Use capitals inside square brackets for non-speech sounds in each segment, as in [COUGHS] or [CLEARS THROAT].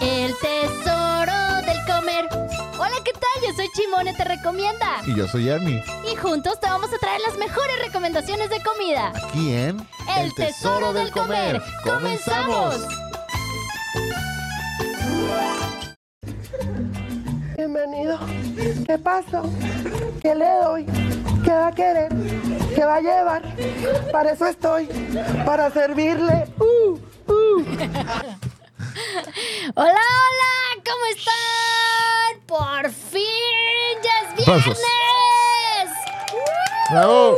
El tesoro del comer. Hola, ¿qué tal? Yo soy Chimone, te recomienda. Y yo soy Yami. Y juntos te vamos a traer las mejores recomendaciones de comida. Aquí en El, tesoro, del comer. ¡Comenzamos! Bienvenido. ¿Qué pasó? ¿Qué le doy? ¿Qué va a querer? ¿Qué va a llevar? Para eso estoy, para servirle. Uh, uh. ¡Hola, hola! ¿Cómo están? ¡Por fin! ¡Ya es Aplausos. viernes! ¡Bravo!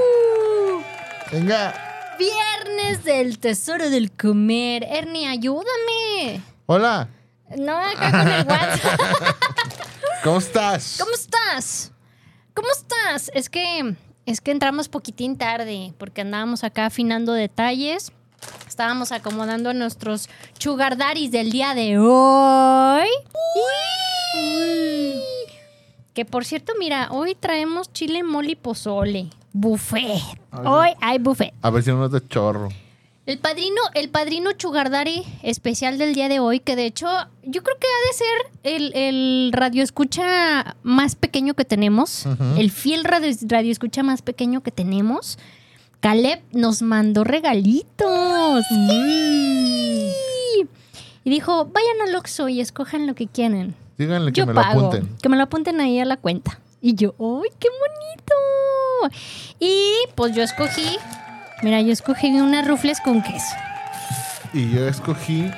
Venga. Viernes del tesoro del comer. Ernie, ayúdame. Hola. No, acá con el WhatsApp. ¿Cómo estás? ¿Cómo estás? ¿Cómo estás? Es que es que entramos poquitín tarde porque andábamos acá afinando detalles. Estábamos acomodando nuestros sugar daddies del día de hoy. Mm. Que por cierto, mira, hoy traemos chile mole y pozole. Buffet. Hoy hay buffet. A ver si no es de chorro. El padrino, el padrino Chugardari especial del día de hoy, que de hecho yo creo que ha de ser el, el radio escucha más pequeño que tenemos, Ujú. el fiel radio, escucha más pequeño que tenemos. Caleb nos mandó regalitos. Sí. Y dijo, vayan al Oxxo y escojan lo que quieren. Díganle que Yo me pago. lo apunten. Que me lo apunten ahí a la cuenta. Y yo, ¡ay, qué bonito! Y pues yo escogí, mira, yo escogí unas rufles con queso. Y yo escogí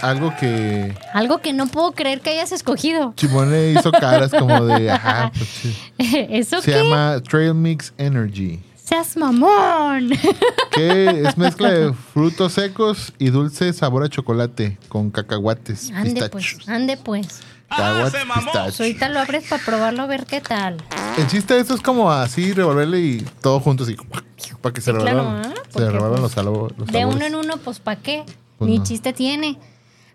algo que Algo que no puedo creer que hayas escogido. [LAUGHS] Chimone hizo caras como de. Ajá, pues sí. ah. ¿Eso Se qué? llama Trail Mix Energy. ¡Seas mamón! Que es [LAUGHS] mezcla de frutos secos y dulce sabor a chocolate con cacahuates, ande pues, pistachos. ande pues. Cacahuates, Pues pistachos. Ahorita lo abres para probarlo a ver qué tal. El chiste de esto es como así revolverle y todo juntos y para que se claro, revuelvan ¿ah? se Porque, revuelvan pues, los, salo- los De sabores. uno en uno, pues ¿para qué? Pues Ni no. chiste tiene.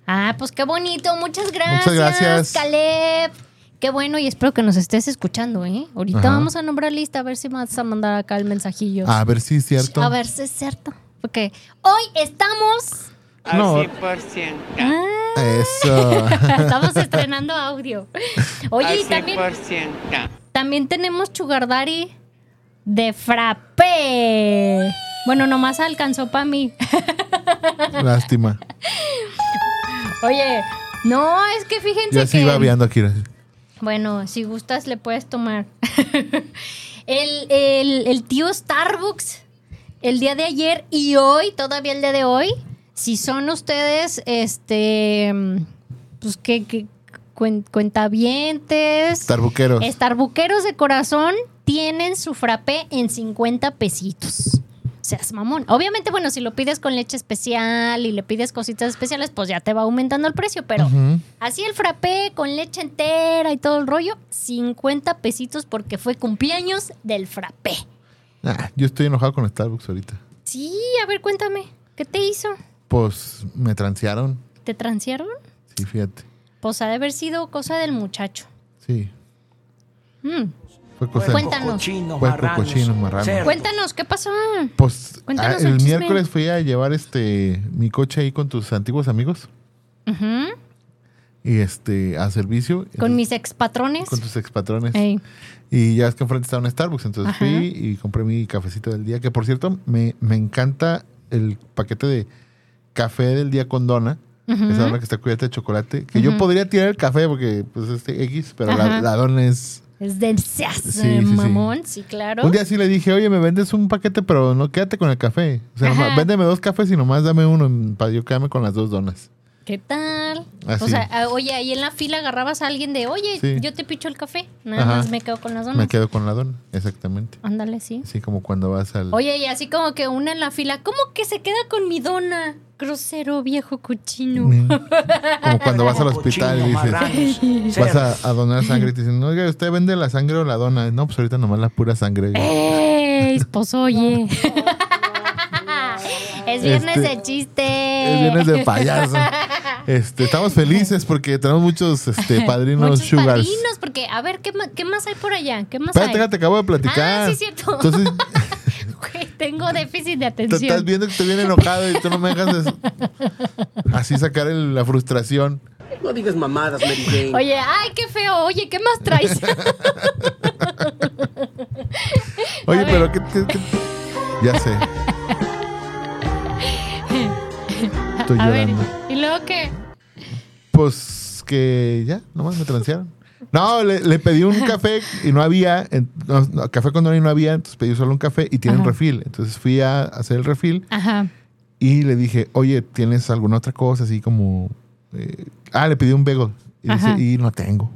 Ah, pues qué bonito. Muchas gracias, gracias. Caleb. Qué bueno y espero que nos estés escuchando, ¿eh? Ahorita Ajá. vamos a nombrar lista a ver si vas a mandar acá el mensajillo. A ver si es cierto. A ver si es cierto. Porque hoy estamos... [LAUGHS] Al No. 100%. Ah, Eso. [LAUGHS] estamos estrenando audio. Oye, al y también, 100%. también tenemos Chugardari de frappé. Bueno, nomás alcanzó para mí. [LAUGHS] Lástima. Oye, no, es que fíjense Yo así que... iba viendo aquí. Bueno, si gustas le puedes tomar. [LAUGHS] el, el- el tío Starbucks, el día de ayer y hoy, todavía el día de hoy, si son ustedes, este, pues que, que cuen- cuentavientes, Tarbuqueros. Starbuqueros de corazón tienen su frappé en 50 pesitos. Seas mamón. Obviamente, bueno, si lo pides con leche especial y le pides cositas especiales, pues ya te va aumentando el precio, pero Ujú. así el frappé con leche entera y todo el rollo, 50 pesitos porque fue cumpleaños del frappé. Ah, yo estoy enojado con Starbucks ahorita. Sí, a ver, cuéntame, ¿qué te hizo? Pues me transearon. ¿Te transearon? Sí, fíjate. Pues ha de haber sido cosa del muchacho. Sí. Mm. Fue cosa Cuéntanos. Cochinos, Puerco, marranos, cochinos, marranos. cerdos. Cuéntanos, ¿qué pasó? Pues Cuéntanos ah, el el chisme. miércoles fui a llevar este mi coche ahí con tus antiguos amigos Ujú, y este a servicio Con Entonces, mis expatrones. con tus expatrones. Ey. Y ya es que enfrente estaba un Starbucks, entonces Ajá. fui y compré mi cafecito del día, que por cierto me, me encanta el paquete de café del día con dona, Ujú. esa dona que está cubierta de chocolate, que yo Ujú. podría tirar el café porque pues este X, pero Ajá. la, la dona es... Es del seas, Sí, sí, sí. mamón, sí, claro. Un día sí le dije, oye, me vendes un paquete, pero no quédate con el café. O sea, Ajá. nomás- véndeme dos cafés y nomás dame uno para yo quedarme con las dos donas. ¿Qué tal? Así. O sea, ah, oye, ahí en la fila agarrabas a alguien de, oye, Sí. yo te picho el café. Nada Ajá. más me quedo con las donas. Me quedo con la dona, exactamente. Ándale, sí. Así como cuando vas al... Oye, y así como que una en la fila, ¿cómo que se queda con mi dona? Grosero viejo cochino. Como ah, cuando vas al hospital y Cochinos, dices... marranos, Vas cerdos. a, a donar sangre y te dicen, oiga, ¿usted vende la sangre o la dona? No, pues ahorita nomás la pura sangre. Eh. ¡Ey! Pues oye. es viernes Este, de chiste. Es viernes de payaso. Este, estamos felices porque tenemos [LAUGHS] muchos este, padrinos Muchos sugars. padrinos, porque, a ver, ¿qué, ma- ¿qué más hay por allá? ¿Qué más Espérate, hay? que te acabo de Ah, platicar. sí, cierto. [LAUGHS] Entonces, Güey, tengo déficit de te estás atención. viendo que estoy bien enojado y tú no me dejas des- así sacar el- la frustración. No digas mamadas, Mary Jane. Oye, ay, qué feo. Oye, ¿qué más traes? Oye, A pero ¿qué, qué- qué- Ya [LAUGHS] sé. Estoy A ver, llorando. ¿y luego qué? Pues que ya, nomás me transearon. No, le, le pedí un café y no había, en- no, no, café con Dory no había, entonces pedí solo un café y tiene un Ajá. refil. Entonces fui a hacer el refil Ajá. y le dije, oye, ¿tienes alguna otra cosa así como... eh, ah, le pedí un bagel. Y dice, Ajá. y no tengo.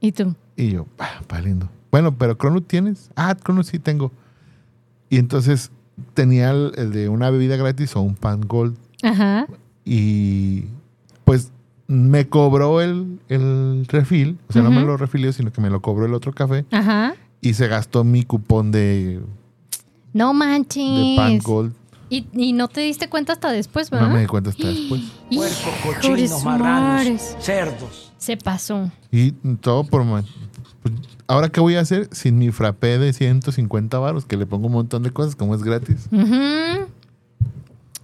¿Y tú? Y yo, pa, pa lindo. Bueno, pero Cronut tienes. Ah, Cronut sí tengo. Y entonces tenía el, el de una bebida gratis o un pan gold. Ajá. Y pues me cobró el, el refil. O sea, no me Ujú. lo refilió, sino que me lo cobró el otro café. Ajá. Y se gastó mi cupón de, No de pan manches. gold. Y, y no te diste cuenta hasta después, ¿verdad? No me di cuenta [GASPS] hasta después. Puerco, Híjole, madres. cochinos, marranos, cerdos. Se pasó. Y todo por... ma- pues, Ahora, ¿qué voy a hacer sin mi frappé de 150 baros? Que le pongo un montón de cosas, como es gratis. Ujú.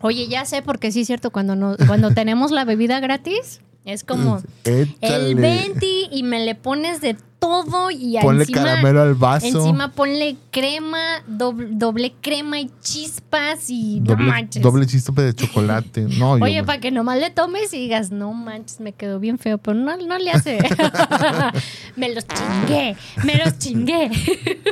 Oye, ya sé, porque sí es cierto, cuando, no, [LAUGHS] cuando tenemos la bebida gratis, es como Mm. Échale. el 20 y me le pones de todo y Ponle encima, caramelo al vaso. encima ponle crema, doble, doble crema y chispas y no doble, manches. doble chispe de chocolate. No, yo Oye, me- para que nomás le tomes y digas, no manches, me quedó bien feo, pero no, no [LAUGHS] le hace. [LAUGHS] me los chingué, me los chingué.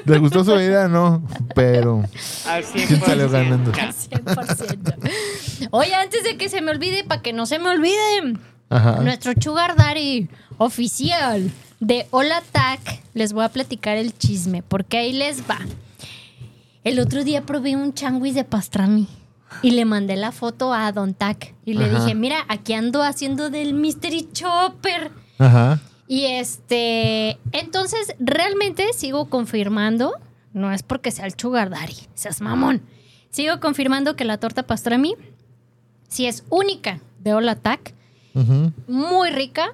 ¿Le [LAUGHS] gustó su idea? No, pero Al ¿quién salió 100%. ganando? 100%. Oye, antes de que se me olvide, para que no se me olvide, Ajá. nuestro Sugar Daddy oficial de Hola Tac, les voy a platicar el chisme, porque ahí les va. El otro día probé un changuis de pastrami y le mandé la foto a Don Tac y le Ajá. dije, mira, aquí ando haciendo del Mystery Chopper. Ajá. Y este, entonces realmente sigo confirmando, no es porque sea el sugar daddy, seas mamón. Sigo confirmando que la torta pastrami sí es única de Hola Tac, ujú. muy rica.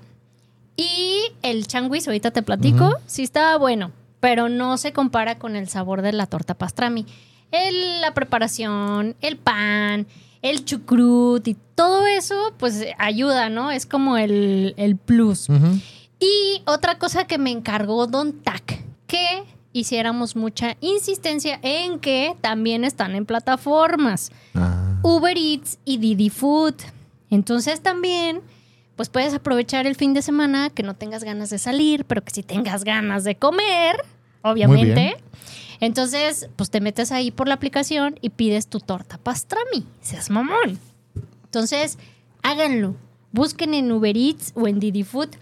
Y el changuis, ahorita te platico, sí estaba bueno, pero no se compara con el sabor de la torta pastrami. El- la preparación, el pan, el chucrut y todo eso, pues ayuda, ¿no? Es como el, el plus. Ujú. Y otra cosa que me encargó Don Tac, que hiciéramos mucha insistencia en que también están en plataformas Ah, Uber Eats y Didi Food. Entonces también, pues puedes aprovechar el fin de semana que no tengas ganas de salir, pero que si tengas ganas de comer, bien. obviamente. Entonces, pues te metes ahí por la aplicación y pides tu torta pastrami. Seas mamón. Entonces, háganlo. Busquen en Uber Eats o en Didi Food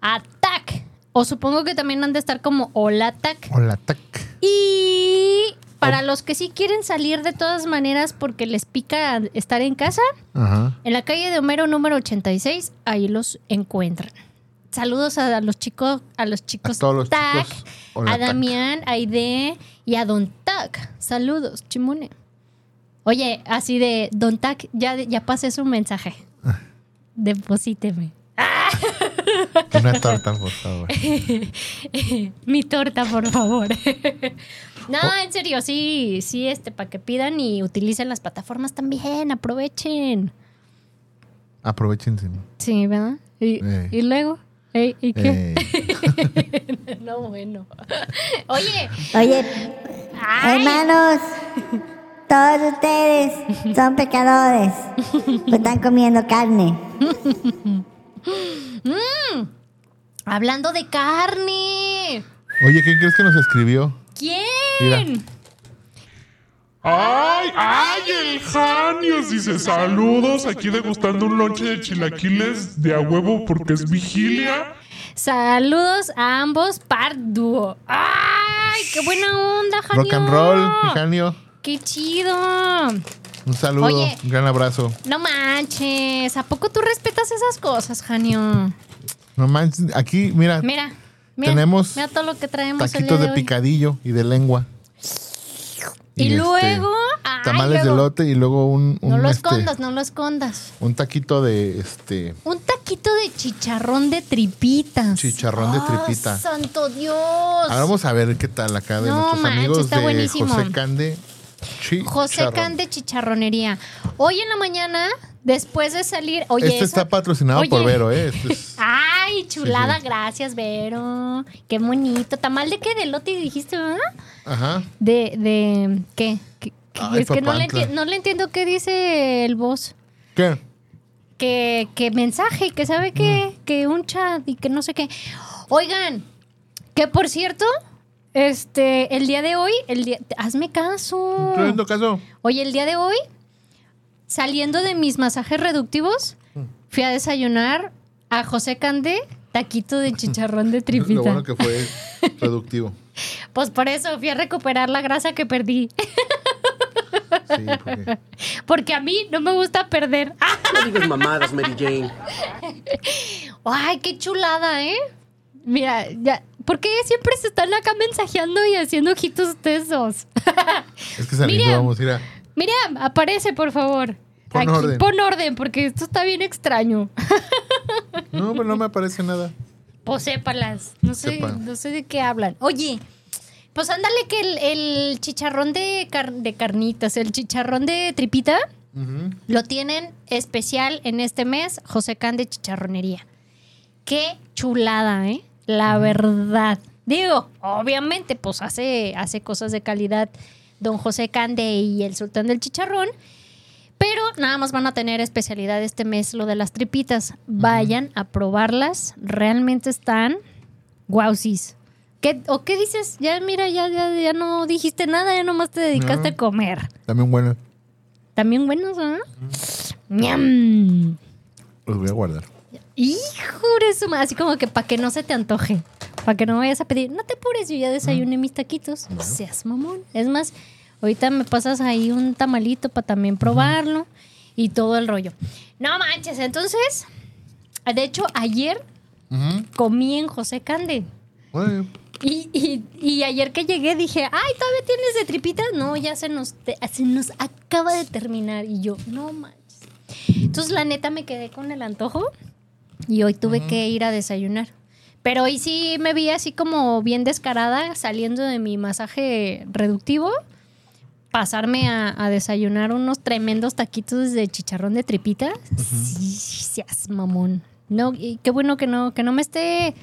Attack. O supongo que también han de estar como Hola Attack. Hola, tac. Y para los que sí quieren salir de todas maneras porque les pica estar en casa, Ajá. en la calle de Homero número 86, ahí los encuentran. Saludos a, a los chicos, a los A chicos todos los Pues Tac, chicos. a Hola, tac. Damián, a Aide y a Don Tac. Saludos, Chimone. Oye, así de Don Tac, ya, ya pasé su mensaje. Ah. Deposíteme. [LAUGHS] Una tarta, por favor. [LAUGHS] Mi torta, por favor. [LAUGHS] no, en serio, sí, sí, este, para que pidan y utilicen las plataformas también, aprovechen. Aprovechense. Sí, ¿verdad? Y, Eh. y luego, Ey, ¿y qué? Eh, no, bueno. [LAUGHS] Oye, Oye, ay, hermanos, todos ustedes son pecadores. Pues están comiendo carne. hablando de carne. Oye, ¿quién crees que nos escribió? ¿Quién? Mira. ¡Ay, ay, el Janios! Dice, saludos, aquí degustando un lonche de chilaquiles de a huevo porque es vigilia. Saludos a ambos, par dúo. ¡Ay, qué buena onda, Janio! Rock and roll, Janio. ¡Qué chido! Un saludo, Oye. un gran abrazo. No manches, ¿a poco tú respetas esas cosas, Janio? No manches, aquí, mira, Mira, mira. Tenemos mira todo lo que traemos el día taquitos de hoy. picadillo y de lengua. Y, este, luego, ay, tamales de luego, lote y luego un, un, No lo este, escondas, no lo escondas. un taquito de este Un taquito de chicharrón de tripitas. Chicharrón de tripita. ¡Ah, santo Dios. Ahora vamos a ver qué tal acá de No nuestros manches, amigos está de buenísimo. José Cande. José Can de Chicharronería. Hoy en la mañana Después de salir, oye, este eso- está patrocinado oye. por Ah. Vero, ¿eh? Este es- [LAUGHS] Ay, chulada, Sí, sí. gracias, Vero. Qué bonito. ¿Tamal de qué? ¿De lote dijiste, verdad? Ajá. De, de, ¿qué? ¿Qué- qué? Ay, es que no le, papantla. enti- no le entiendo qué dice el voz. ¿Qué? Que, que mensaje, y que sabe que, Mm. que un chat y que no sé qué. Oigan, que por cierto, este, el día de hoy, el día, hazme caso. Tremendo caso. Oye, el día de hoy, saliendo de mis masajes reductivos, Mm. fui a desayunar a José Candé, taquito [LAUGHS] de chicharrón de tripita. Lo bueno que fue reductivo. Pues por eso fui a recuperar la grasa que perdí. [LAUGHS] Sí, porque... Porque a mí no me gusta perder. ¡Ah! No digas mamadas, Mary Jane. ¡Ay, qué chulada, eh! Mira, ya. ¿Por qué siempre se están acá mensajeando y haciendo ojitos ustedes [LAUGHS] dos? Es que saliendo Miriam. vamos a ir a... Miriam, aparece, por favor. Pon orden. Pon orden, porque esto está bien extraño. No, pero no me aparece nada. Pues sépalas. No sé, Sepa. no sé de qué hablan. Oye, pues ándale que el, el chicharrón de, car- de carnitas, el chicharrón de tripita, lo tienen especial en este mes, José Can de Chicharronería. Qué chulada, ¿eh? La verdad. Digo, obviamente, pues hace, hace cosas de calidad Don José Cande y el Sultán del Chicharrón. Pero nada más van a tener especialidad este mes lo de las tripitas. Vayan a probarlas. Realmente están guausis. ¿Qué, ¿O qué dices? Ya, mira, ya, ya, ya no dijiste nada, ya nomás te dedicaste No. a comer. También bueno. También buenos, ¿ah? ¡Miam! Los voy a guardar. Hijo de su ma- Así como que para que no se te antoje. Para que no vayas a pedir. No te apures, yo ya desayuné mis taquitos. Seas mamón. Es más, ahorita me pasas ahí un tamalito para también probarlo. Y todo el rollo. No manches, entonces. De hecho, ayer comí en José Cande. Bueno, Y, y- y ayer que llegué dije, ay, ¿todavía tienes de tripita? No, ya se nos, te- se nos acaba de terminar. Y yo, no manches. Entonces, la neta, me quedé con el antojo y hoy tuve que ir a desayunar. Pero hoy sí me vi así como bien descarada saliendo de mi masaje reductivo, pasarme a, a desayunar unos tremendos taquitos de chicharrón de tripita. Sí, seas mamón. No, y qué bueno que no, que no me esté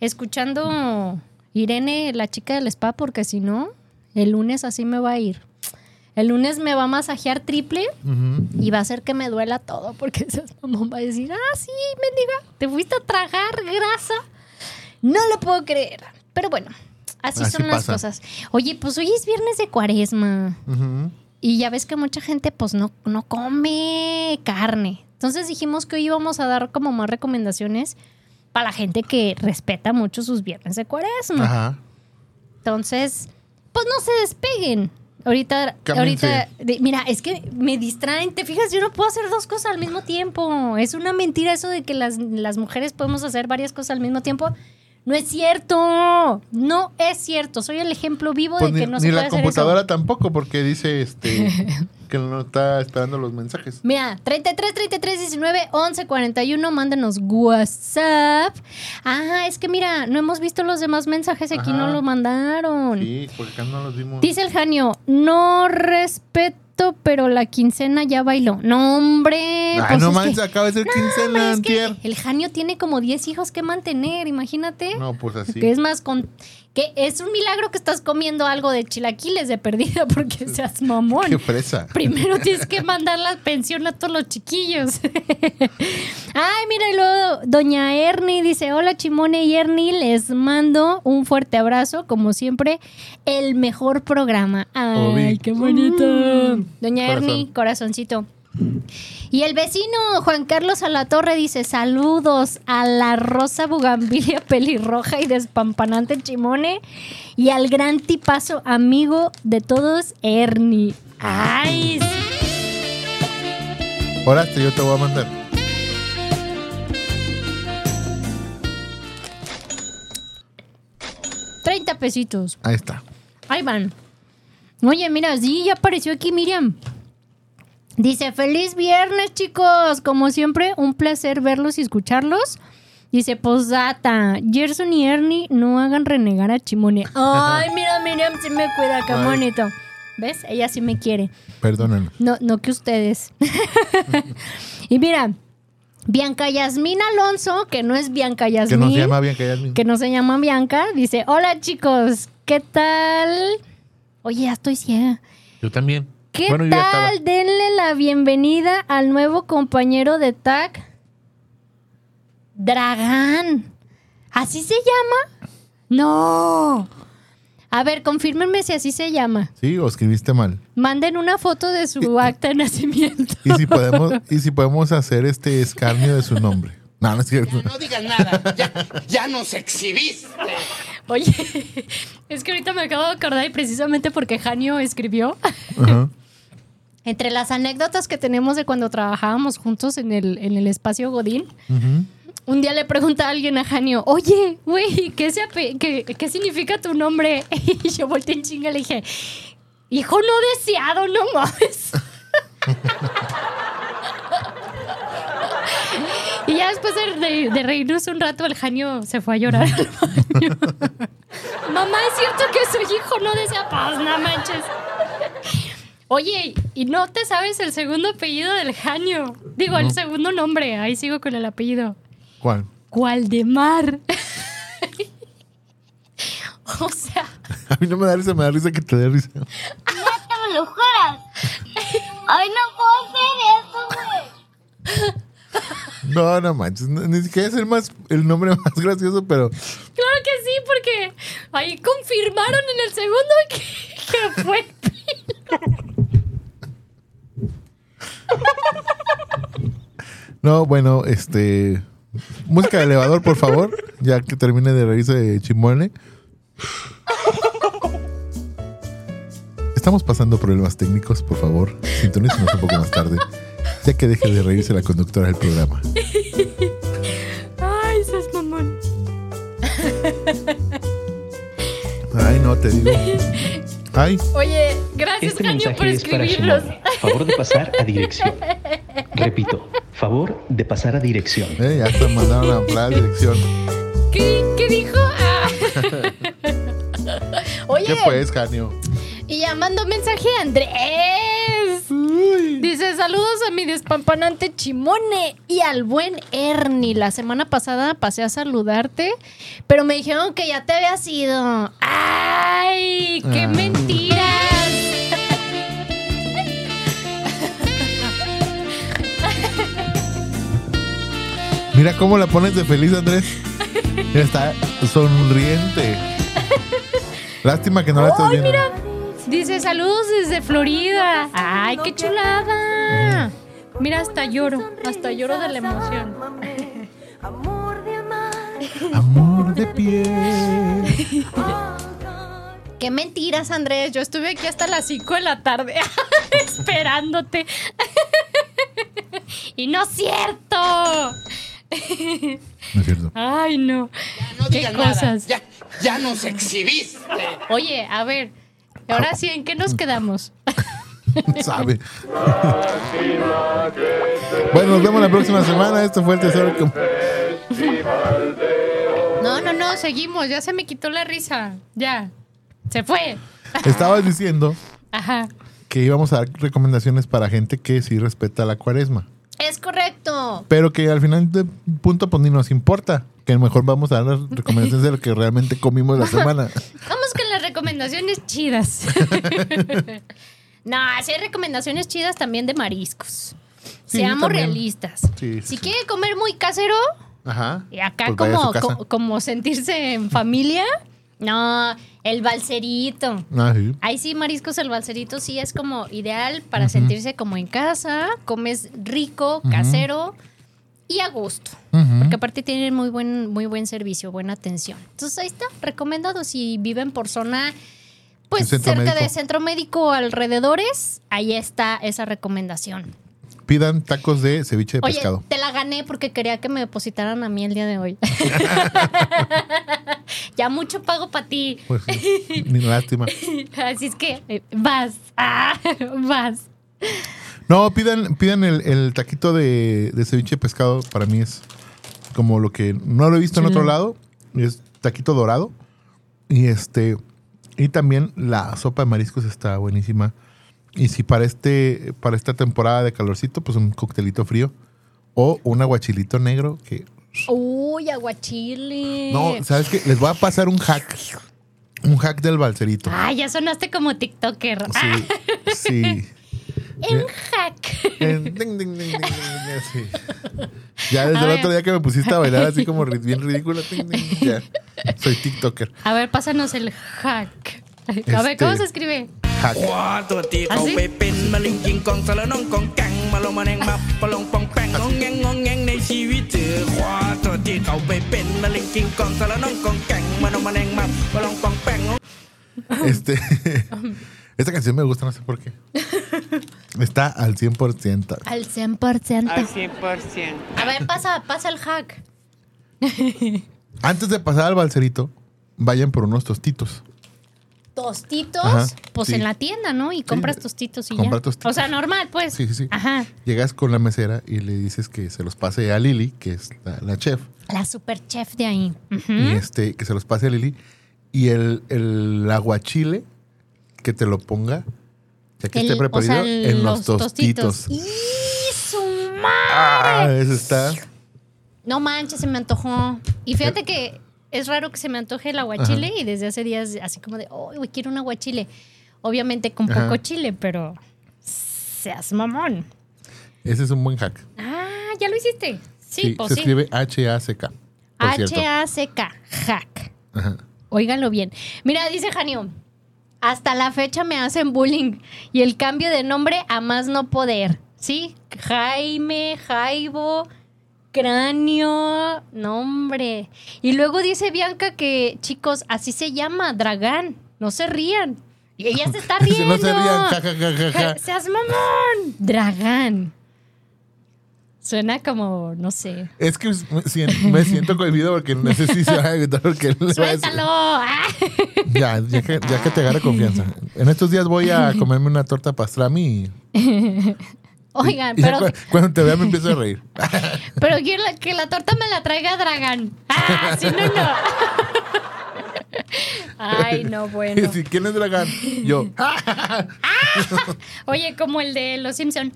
escuchando Irene, la chica del spa, porque si no, el lunes así me va a ir. El lunes me va a masajear triple ujú. y va a hacer que me duela todo porque [LAUGHS] esa mamá va a decir, ah, sí, mendiga, te fuiste a tragar grasa. No lo puedo creer. Pero bueno, así, Así son las pasa. cosas. Oye, pues hoy es viernes de cuaresma Ujú. y ya ves que mucha gente pues no, no come carne. Entonces dijimos que hoy íbamos a dar como más recomendaciones para la gente que respeta mucho sus viernes de cuaresma. Ajá. Entonces, pues no se despeguen. Ahorita, Cámbiense. ahorita, de- mira, es que me distraen. Te fijas, yo no puedo hacer dos cosas al mismo tiempo. Es una mentira eso de que las, las mujeres podemos hacer varias cosas al mismo tiempo. No es cierto. No es cierto. Soy el ejemplo vivo Pues de ni que no ni se puede la hacer computadora eso. tampoco, porque dice [LAUGHS] este que no está esperando los mensajes. Mira, 33 33 19 11 41, mándanos WhatsApp. Ah, es que mira, no hemos visto los demás mensajes, aquí Ajá. no lo mandaron. Sí, porque acá no los vimos. Dice el Janio, no respeto, pero la quincena ya bailó. No, hombre. Ay, pues no es manches, que- acaba de ser No, hombre, quincena es que antier. El Janio tiene como 10 hijos que mantener, imagínate. No, pues así. eh, Que es más, con, que es un milagro que estás comiendo algo de chilaquiles de perdida [LAUGHS] porque seas mamón. Qué fresa. Primero tienes que mandar la pensión a todos los chiquillos. [LAUGHS] Ay, mira, y luego doña Ernie dice, hola Chimone y Ernie, les mando un fuerte abrazo, como siempre, el mejor programa. Ay, Obi. qué bonito. Doña Corazón. Ernie, corazoncito. Y el vecino Juan Carlos Alatorre dice, saludos a la rosa bugambilia pelirroja y despampanante Chimone y al gran tipazo amigo de todos, Ernie. ¡Ay! Ahora hasta yo te voy a mandar. s- 30 pesitos. Ahí está. Ahí van. Oye, mira, sí, ya apareció aquí Miriam. Dice, feliz viernes, chicos. Como siempre, un placer verlos y escucharlos. Dice, posdata, Gerson y Ernie no hagan renegar a Chimone. Ay, mira, Miriam, sí me cuida, qué Ay. bonito. ¿Ves? Ella sí me quiere. Perdónenlo. No, no que ustedes. [LAUGHS] y mira, Bianca Yasmín Alonso, que no es Bianca Que Yasmín, nos llama bien, que ya es mi- que no se llama Bianca, dice, hola chicos, ¿qué tal? Oye, ya estoy ciega. Yo también. ¿Qué bueno, yo ya estaba. tal? Denle la bienvenida al nuevo compañero de TAC, Dragán. ¿Así se llama? No. A ver, confírmenme si así se llama. Sí, o escribiste mal. Manden una foto de su acta de nacimiento. Y si podemos, y si podemos hacer este escarnio de su nombre. No, no es cierto. No digas nada, ya, ya nos exhibiste. [LAUGHS] Oye, es que ahorita me acabo de acordar y precisamente porque Janio escribió. Ajá. Entre las anécdotas que tenemos de cuando trabajábamos juntos en el, en el espacio Godín, Ujú. un día le pregunta a alguien a Janio, oye, güey, ¿qué, se ape- qué, qué significa tu nombre? [LAUGHS] Y yo volteé en chinga y le dije, hijo no deseado, no mames. [LAUGHS] y ya después de, de- de reírnos un rato, el Janio se fue a llorar al baño. [LAUGHS] Mamá, es cierto que soy hijo no deseado. Pues no manches. Oye, y no te sabes el segundo apellido del Janio. Digo, el segundo nombre. Ahí sigo con el apellido. ¿Cuál? [LAUGHS] Cualdemar. [LAUGHS] o sea, A mí no me da risa, me da risa que te dé risa. me lo juras. Ay, no puedo hacer eso, güey. No, no manches. no- Ni siquiera es el, más, el nombre [LAUGHS] más gracioso, pero claro que sí, porque ahí confirmaron en el segundo [LAUGHS] que, que fue. No, bueno, este. Música de elevador, por favor. Ya que termine de reírse Chimone. Estamos pasando problemas técnicos, por favor. Sintonícenos un poco más tarde. Ya que deje de reírse la conductora del programa. Ay, seas mamón. Ay, no, te digo. Ay, Oye, gracias, Este Janio, por mensaje es para escribirnos. Shimon. Favor de pasar a dirección. Repito, favor de pasar a dirección. eh, ya hasta mandaron a la dirección. ¿Qué, qué dijo? Ah. [LAUGHS] Oye, ¿Qué pues, Janio? Y ya mandó mensaje a Andrés. Dice, saludos a mi despampanante Chimone y al buen Ernie. La semana pasada pasé a saludarte, pero me dijeron que ya te habías ido. ¡Ay! ¡Qué Ah. mentiras! Mira cómo la pones de feliz, Andrés. Está sonriente. Lástima que no la estés viendo. Dice, saludos desde Florida. ¡Ay, qué chulada! Mira, hasta lloro, hasta lloro de la emoción. Amor de piel. Qué mentiras, Andrés. Yo estuve aquí hasta las 5 de la tarde [LAUGHS] esperándote. y no es cierto. No es cierto. [LAUGHS] Ay, no. No Qué digas cosas. nada, ya, ya nos exhibiste. Oye, a ver. Ahora sí, ¿en qué nos quedamos? sabe. bueno, nos vemos la próxima semana. Esto fue el tesoro. Com- No, no, no, seguimos. Ya se me quitó la risa. Ya. Se fue. Estabas diciendo Ajá. que íbamos a dar recomendaciones para gente que sí respeta la cuaresma, Es correcto. pero que al final de punto pues ni nos importa. Que mejor vamos a dar las recomendaciones de lo que realmente comimos la semana. Vamos con las recomendaciones [LAUGHS] chidas. no, sí hay recomendaciones chidas también de mariscos. Sí, Seamos también. realistas. Sí, sí, si sí. quiere comer muy casero, Ajá. y acá Pues vaya a como, su casa. co- como sentirse en familia, no, el balserito. Ah, sí. Ahí sí, mariscos, el balserito sí es como ideal para sentirse como en casa, comes rico, casero y a gusto. Ujú. Porque aparte tienen muy buen, muy buen servicio, buena atención. Entonces ahí está, recomendado si viven por zona, pues El centro cerca de médico. centro médico o alrededores, ahí está esa recomendación. Pidan tacos de ceviche de Oye, pescado. te la gané porque quería que me depositaran a mí el día de [LAUGHS] hoy. ya mucho pago para ti. Pues, [LAUGHS] sí. ni lástima. Así es que eh, vas, Ah, [LAUGHS] vas. No, pidan, pidan el, el taquito de, de ceviche de pescado. Para mí es como lo que no lo he visto en otro lado. Es taquito dorado. Y este Y también la sopa de mariscos está buenísima. Y si para, este, para esta temporada de calorcito, pues un coctelito frío o un aguachilito negro que... Uy, aguachile. No, ¿sabes qué? Les voy a pasar un hack. Un hack del balserito. Ah, ya sonaste como TikToker. Ah, Sí, sí. un hack. Eh, ding, ding, ding, ding, ding, ding, así. Ya desde el otro día que me pusiste a bailar así como ri- bien ridículo. ding, ding, ya. Soy TikToker. A ver, pásanos el hack. A ver, Este- ¿cómo se escribe? Hack. ตัวที่ ¿Ah, sí? เขาไปเป็นมะเร็งกินกองสารน้องกองแกงมาลงมะเร็งมาปะลงปองแปงงงแงงงงแงงในชีวิตเธอขวาตัวที่เขาไปเป็นมะเร็งกินกองสารน้องกองแกงมาลงมะเร็งมาปะลงปองแปงง Este, [LAUGHS] esta canción me gusta, no sé por qué. Está al 100%. Al 100%. Al 100%. A ver, pasa, pasa el hack. Antes de pasar al balserito, vayan por unos tostitos. Tostitos, Ajá, pues sí. en la tienda, ¿no? Y compras tostitos y compra ya. tostitos. O sea, normal, pues. Sí, sí, sí. Ajá. Llegas con la mesera y le dices que se los pase a Lili, que es la, la chef, La super chef de ahí. Ujú. y este, que se los pase a Lili, y el, el aguachile que te lo ponga, ya que esté El- o preparado, sea, en los, tostitos. ¡Y su ma- Ah, ese está. No manches, se me antojó. Y fíjate que es raro que se me antoje el aguachile y desde hace días así como de, oh, güey, quiero un aguachile. Obviamente con Ajá. poco chile, pero seas mamón. Ese es un buen hack. Ah, ya lo hiciste. Sí, Sí, pues se sí. escribe H-A-C-K. por cierto. H-A-C-K, hack. Ajá. Óiganlo bien. Mira, dice Janio, hasta la fecha me hacen bullying y el cambio de nombre a más no poder. ¿Sí? Jaime, Jaibo, cráneo, nombre. Y luego dice Bianca que, chicos, así se llama, dragán. No se rían. Y ella se está Dice, riendo. [LAUGHS] No se rían, ja, ja, ja, ja, [LAUGHS] ja. Ja- Seas mamón. Dragán. Suena como, no sé. Es que me sien- me siento cohibido porque no sé si se va a evitar porque le voy a decir- Suéltalo. Ah. Ya, ya que, ya que te agarre confianza. En estos días [LAUGHS] voy a comerme una torta pastrami y, Oigan, y ya pero, cu- cuando te vea me empiezo a [LAUGHS] reír. pero que, la, que la torta me la traiga Dragán. Ah, si no, no. [LAUGHS] Ay, no, Y bueno. si ¿quién es dragán? Yo. Oye, como el de Los Simpson.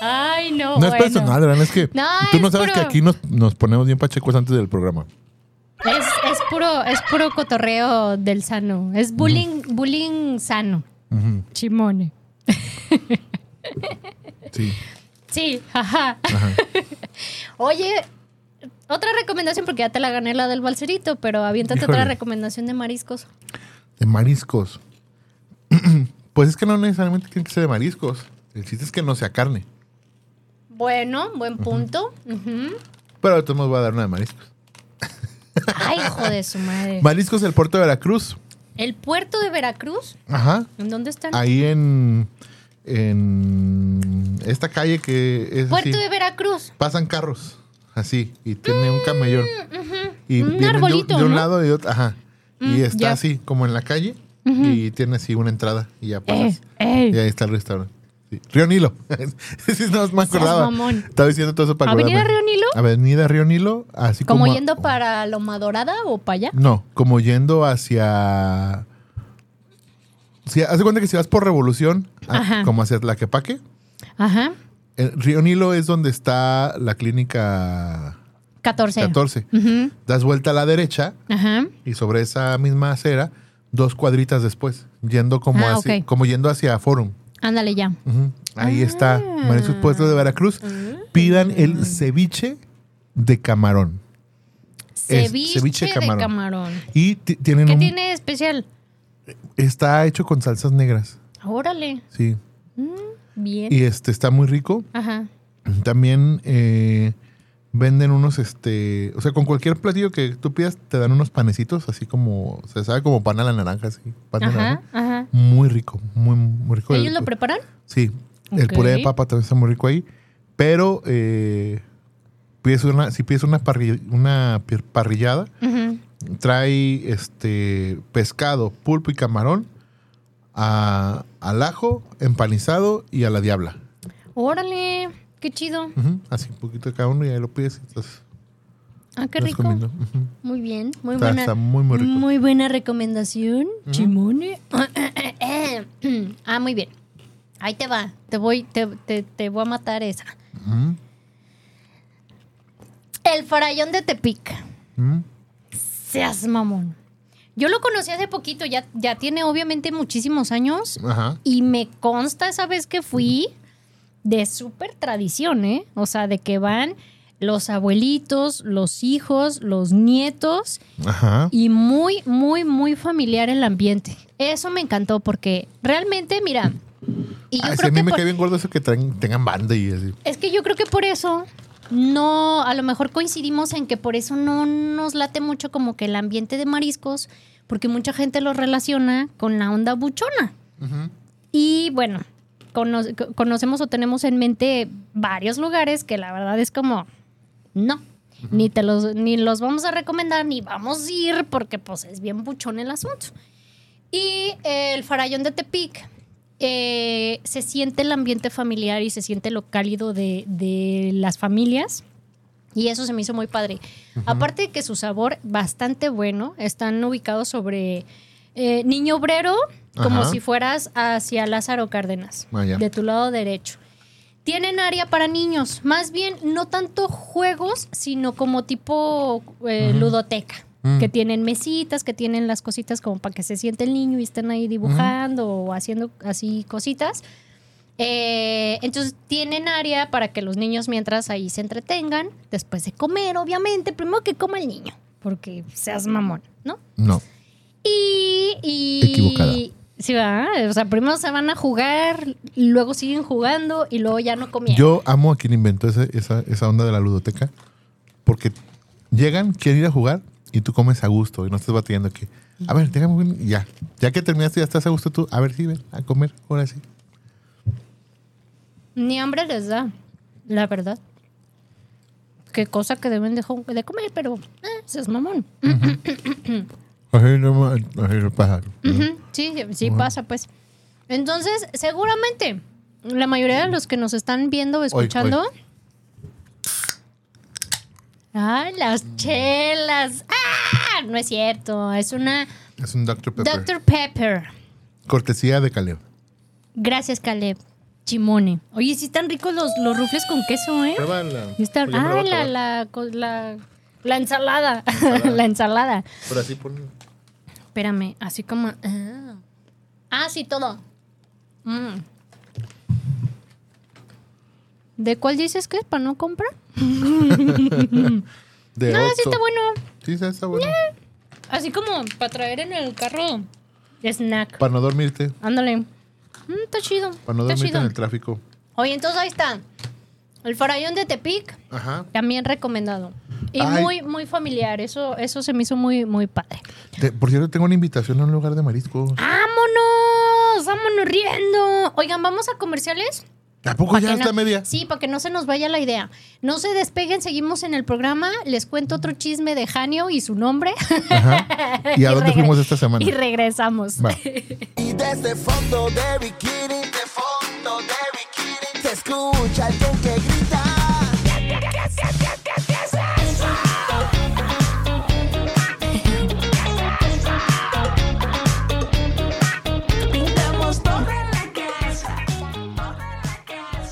Ay, no, no es Oh, bueno. personal, Adrián, es que No, tú es no sabes puro- que aquí nos, nos ponemos bien pachecos antes del programa. Es, es puro, es puro cotorreo del sano. Es bullying, bullying sano. Ujú, Chimone. Sí. Sí, ajá. Ajá. Oye, otra recomendación, porque ya te la gané la del balserito, pero aviéntate otra Híjole. recomendación de mariscos. De mariscos. [CLEARS THROAT] pues es que no necesariamente tiene que ser de mariscos. El chiste es que no sea carne. Bueno, buen punto. Ujú. Pero de todos modos voy a dar una de mariscos. Ay, hijo de su madre. Mariscos del puerto de Veracruz. El puerto de Veracruz, Ajá. ¿en dónde están? Ahí en, en esta calle que es puerto así. de Veracruz. Pasan carros, así, y tiene un camellón. Mm, y Un vienen de- arbolito, de, un ¿no? lado y de otro, ajá. y Mm, está ya. así, como en la calle, y tiene así una entrada, y ya Eh, pasas. Y eh. ahí está el restaurante. Sí. Río Nilo. [LAUGHS] Sí, no me acordaba. mamón. Estaba diciendo todo eso para ¿Avenida acordarme. Río Nilo? Avenida Río Nilo, así como. ¿Como yendo para Loma Dorada o para allá? No, como yendo hacia. Si, haz de cuenta que si vas por Revolución, a- Ajá. como hacia Tlaquepaque, Ajá. el Río Nilo es donde está la clínica 14. 14. Ujú. Das vuelta a la derecha Ajá. y sobre esa misma acera, dos cuadritas después, yendo como, Ah, hacia, ok. como yendo hacia Forum. Ándale ya. Ujú. Ahí está, Ah. Mariscos Puestos de Veracruz. Pidan el ceviche de camarón. Es Ceviche, ceviche de camarón. camarón. Y ti- tienen ¿Qué un- tiene de especial? Está hecho con salsas negras, Órale. sí. Bien. Y este está muy rico. Ajá. También eh, venden unos, este, o sea, con cualquier platillo que tú pidas, te dan unos panecitos, así como, se sabe como pan a la naranja, así. Pan de Ajá, naranja. ajá. Muy rico, muy, muy rico. ¿Ellos El- lo preparan? Sí, el Ok. puré de papa también está muy rico ahí. Pero eh, pides una, si pides una, parri- una pir- parrillada, Ujú. trae este pescado, pulpo y camarón a- al ajo, empanizado y a la diabla. Órale, qué chido. Ujú, Así un poquito de cada uno y ahí lo pides. y estás- Ah, qué Los rico. comiendo. Ujú. Muy bien, muy Está- buena. está muy, muy rico. buena recomendación, Chimone. [CLEARS THROAT] ah, muy bien. Ahí te va. Te voy, te, te- te voy a matar esa. Ujú. El farallón de Tepic. Ujú. Seas mamón. Yo lo conocí hace poquito, ya, ya tiene obviamente muchísimos años. Ajá. Y me consta esa vez que fui de súper tradición, ¿eh? O sea, de que van los abuelitos, los hijos, los nietos. Ajá. y muy, muy, muy familiar el ambiente. Eso me encantó porque realmente, mira, y yo Ay, sí, a creo mí que me por- cae bien gordo eso que traen- tengan banda y así. es que yo creo que por eso no, a lo mejor coincidimos en que por eso no nos late mucho como que el ambiente de mariscos, porque mucha gente lo relaciona con la onda buchona. Y bueno, cono- co- conocemos o tenemos en mente varios lugares que la verdad es como, no, ni, te los, ni los vamos a recomendar, ni vamos a ir, porque pues es bien buchón el asunto. Y eh, el farallón de Tepic, eh, se siente el ambiente familiar y se siente lo cálido de, de las familias. Y eso se me hizo muy padre. Aparte de que su sabor bastante bueno, están ubicados sobre eh, Niño Obrero, como Ajá. si fueras hacia Lázaro Cárdenas, Ah, ya. de tu lado derecho. Tienen área para niños, más bien no tanto juegos, sino como tipo eh, ludoteca, Mm. que tienen mesitas, que tienen las cositas como para que se siente el niño y estén ahí dibujando o haciendo así cositas. Eh, entonces tienen área para que los niños mientras ahí se entretengan, después de comer, obviamente, primero que coma el niño, porque seas mamón, ¿no? No. Y, y- Equivocada. Sí, ¿verdad? O sea, primero se van a jugar, luego siguen jugando y luego ya no comieron. Yo amo a quien inventó esa, esa, esa onda de la ludoteca. Porque llegan, quieren ir a jugar y tú comes a gusto y no estás batiendo que. A ver, déjame un- ya. Ya que terminaste, ya estás a gusto tú. A ver, sí, ven a comer. Ahora sí. Ni hambre les da, la verdad. Qué cosa que deben de, jo- de comer, pero eh, seas mamón. Así no, ma- así no pasa. Ujú, Sí, sí pasa, pues. Entonces, seguramente la mayoría de los que nos están viendo o escuchando. ¡Ay, Ah, las chelas! ¡Ah! No es cierto. Es una Es un Dr. Pepper. Dr. Pepper. Cortesía de Caleb. Gracias, Caleb. Chimone. Oye, sí están ricos los, los rufles con queso, ¿eh? Pruébala. Y está- Yo me la ah, voy a la, acabar. la, co- la, la ensalada. [LAUGHS] la ensalada. Pero así pon- Espérame, así como. Ah, Ah, sí, todo. Mm. ¿De cuál dices que es para no comprar? De no, sí Oxxo. está bueno. Sí, sí, está bueno. Así como para traer en el carro snack. Para no dormirte. Ándale. Mm, está chido. Para no está dormirte chido. en el tráfico. Oye, entonces ahí está. El farallón de Tepic, Ajá. también recomendado. Y Ay. muy, muy familiar. Eso, eso se me hizo muy, muy padre. Te- por cierto, tengo una invitación a un lugar de mariscos. ¡Vámonos! ¡Vámonos riendo! Oigan, ¿vamos a comerciales? ¿Tampoco Pa' ya que está no- [LAUGHS] media? Sí, para que no se nos vaya la idea. No se despeguen, seguimos en el programa. Les cuento otro chisme de Janio y su nombre. Ajá. [LAUGHS] ¿Y a dónde regre- fuimos esta semana? Y regresamos. Va. Y desde fondo de bikini, de fondo de bikini, se escucha alguien que grita. Pintamos todo en la casa.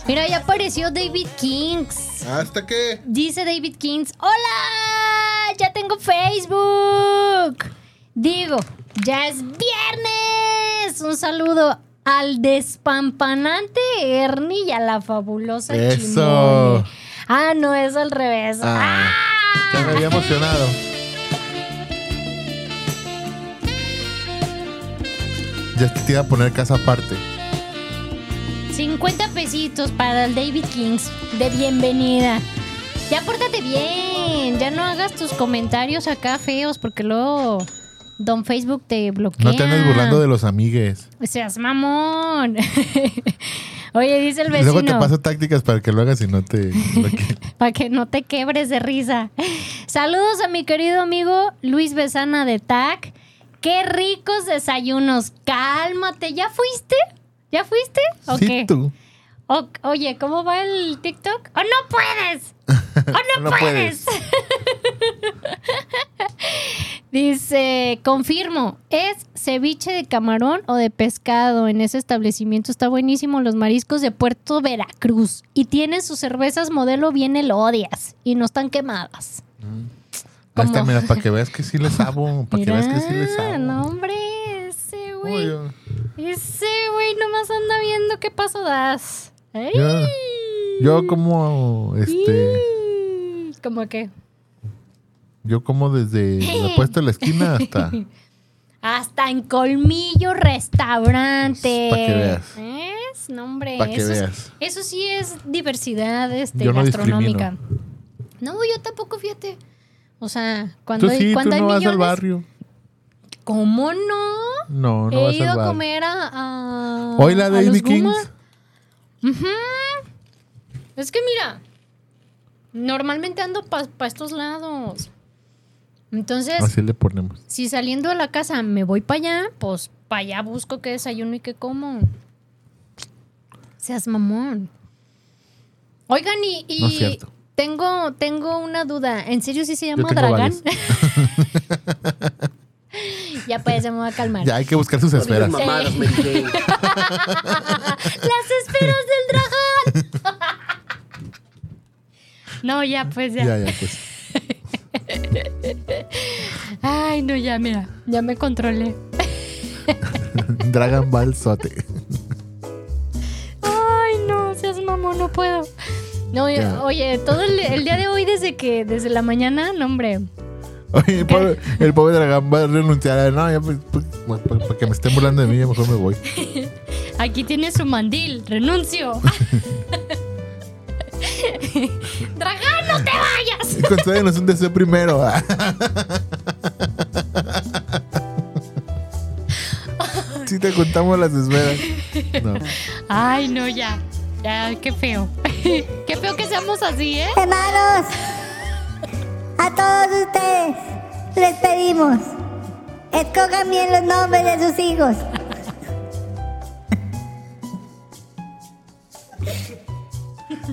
Mira, ya apareció David Kings. ¿Hasta qué? Dice David Kings, ¡Hola! ¡Ya tengo Facebook! Digo, ya es viernes. Un saludo al despampanante Ernie y a la fabulosa Eso. Chimone. Ah, no, es al revés. Ah, ya me había emocionado. Ya te iba a poner casa aparte. 50 Ah, pesitos para el David Kings de bienvenida. Ya pórtate bien, ya no hagas tus comentarios acá feos porque luego Don Facebook te bloquea. No te andes burlando de los amigues. Seas mamón. [LAUGHS] Oye, dice el Luego te vecino, paso tácticas para que lo hagas y no te... no [LAUGHS] que- para que no te quebres de risa. [LAUGHS] Saludos a mi querido amigo Luis Besana de TAC. Qué ricos desayunos. Cálmate, ¿ya fuiste? ¿Ya fuiste? ¿O Sí, qué? tú. O- oye, ¿cómo va el TikTok? ¡Oh, no puedes! ¡Oh, no, [LAUGHS] No puedes! puedes. Dice, confirmo, es ceviche de camarón o de pescado. En ese establecimiento está buenísimo los mariscos de Puerto Veracruz. Y tienen sus cervezas modelo bien elodias y no están quemadas. Ahí ¿Cómo? está, mira, para que veas que sí le sabo. Para que Mira, veas que sí le sabo. no, hombre, ese Uy, güey. yo, Ese güey nomás anda viendo qué paso das. ¡Ay! yo- yo como, este, ¡Ay! ¿Cómo qué? yo como desde la puesta de la esquina hasta... Hasta en Colmillo Restaurante. Pa' que veas. ¿Ves? No, hombre. Pa' que eso, es- veas. eso sí es diversidad este, Yo no gastronómica. No, yo tampoco, fíjate. O sea, [LAUGHS] cuando, Tú sí, tú cuando hay no vas al millones- barrio. ¿Cómo no? No, no He vas ido al a barrio. comer a. a- Hoy la a Daily los Guma. Kings. Ujú. Es que mira, normalmente ando para estos lados. Entonces, Así le ponemos. si saliendo de la casa me voy para allá, pues para allá busco qué desayuno y qué como. Seas mamón. Oigan, y, y No es cierto. tengo, tengo una duda. ¿En serio sí se llama tengo Dragán? varias. [LAUGHS] ya pues, se me va a calmar. [LAUGHS] Ya hay que buscar sus esferas. Digas mamadas, Mary Jane. Ah, ¡Las esferas del dragón! [LAUGHS] no, ya pues, ya. Ya, ya, pues. Ay, no, ya, mira. Ya me controlé. Dragon Ball Sote. Ay, no, seas mamón, no puedo. No, oye, Ya. oye, todo el, el día de hoy, desde que, desde la mañana, no, hombre. [LAUGHS] Oye, el pobre, el pobre Dragon Ball renunciará. No, ya, pues, pues, pues, para, que me estén burlando de mí, ya mejor me voy. Aquí tiene su mandil, renuncio. [LAUGHS] ¡Dragán, no te vayas! Y concédenos un deseo primero. [LAUGHS] ah. Si te contamos las esferas. No. Ay, no, ya. Ya, qué feo. [LAUGHS] qué feo que seamos así, ¿eh? Hermanos, a todos ustedes les pedimos, escojan bien los nombres de sus hijos.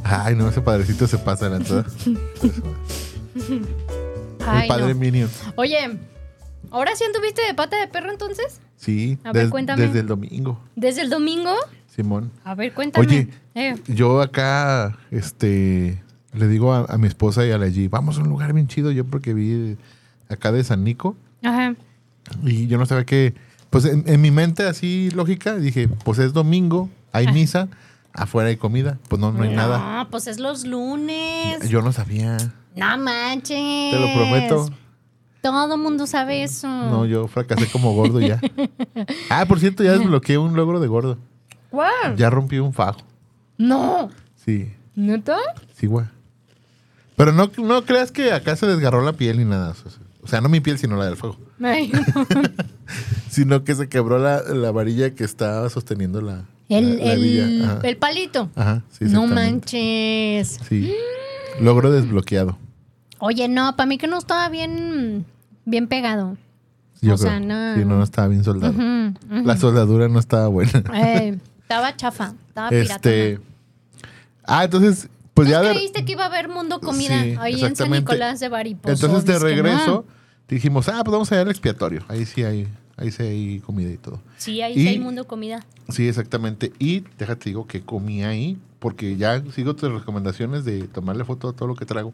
Ay, no, ese padrecito se pasa la entrada. Ay, El padre no. Minion. Oye, ¿ahora sí anduviste de pata de perro entonces? Sí, A ver, des- cuéntame. desde el domingo, ¿Desde el domingo? Simón. A ver, cuéntame. Oye, Eh, yo acá, este, le digo a, a mi esposa y a la G, vamos a un lugar bien chido, yo porque vi acá de San Nico ajá. y yo no sabía que, pues en, en mi mente así lógica, dije, pues es domingo, hay misa, afuera hay comida, pues no, no hay nada. No, pues es los lunes. Yo no sabía, No manches. te lo prometo. Todo mundo sabe eso. No, yo fracasé como gordo ya. Ah, por cierto, ya desbloqueé un logro de gordo. ¿Cuál? Ya rompí un fajo. No. Sí, ¿Neta? Sí, güey. Pero no, no creas que acá se desgarró la piel ni nada. O sea, o sea, no mi piel, sino la del fuego. [LAUGHS] Ay, no. Sino que se quebró la, la varilla que estaba sosteniendo la, El, la- la el- hebilla. Ajá. el palito. Ajá, sí, no exactamente. manches. Sí. Logro desbloqueado. Oye, no, para mí que no estaba bien, bien pegado. Yo O sea, creo. no. Sí, no, no estaba bien soldado. Mm, La soldadura no estaba buena. eh, estaba chafa. Estaba este. piratona. Ah, entonces, pues ¿Tú ya de- creíste que iba a haber mundo comida Sí, ahí en San exactamente. Nicolás de Baripos? Entonces de Obvio que no. regreso dijimos, ah, pues vamos allá al expiatorio. Ahí sí hay, ahí sí hay comida y todo. Sí, ahí Y- sí hay mundo comida. Sí, exactamente. Y déjate digo que comí ahí, porque ya sigo tus recomendaciones de tomarle foto a todo lo que trago.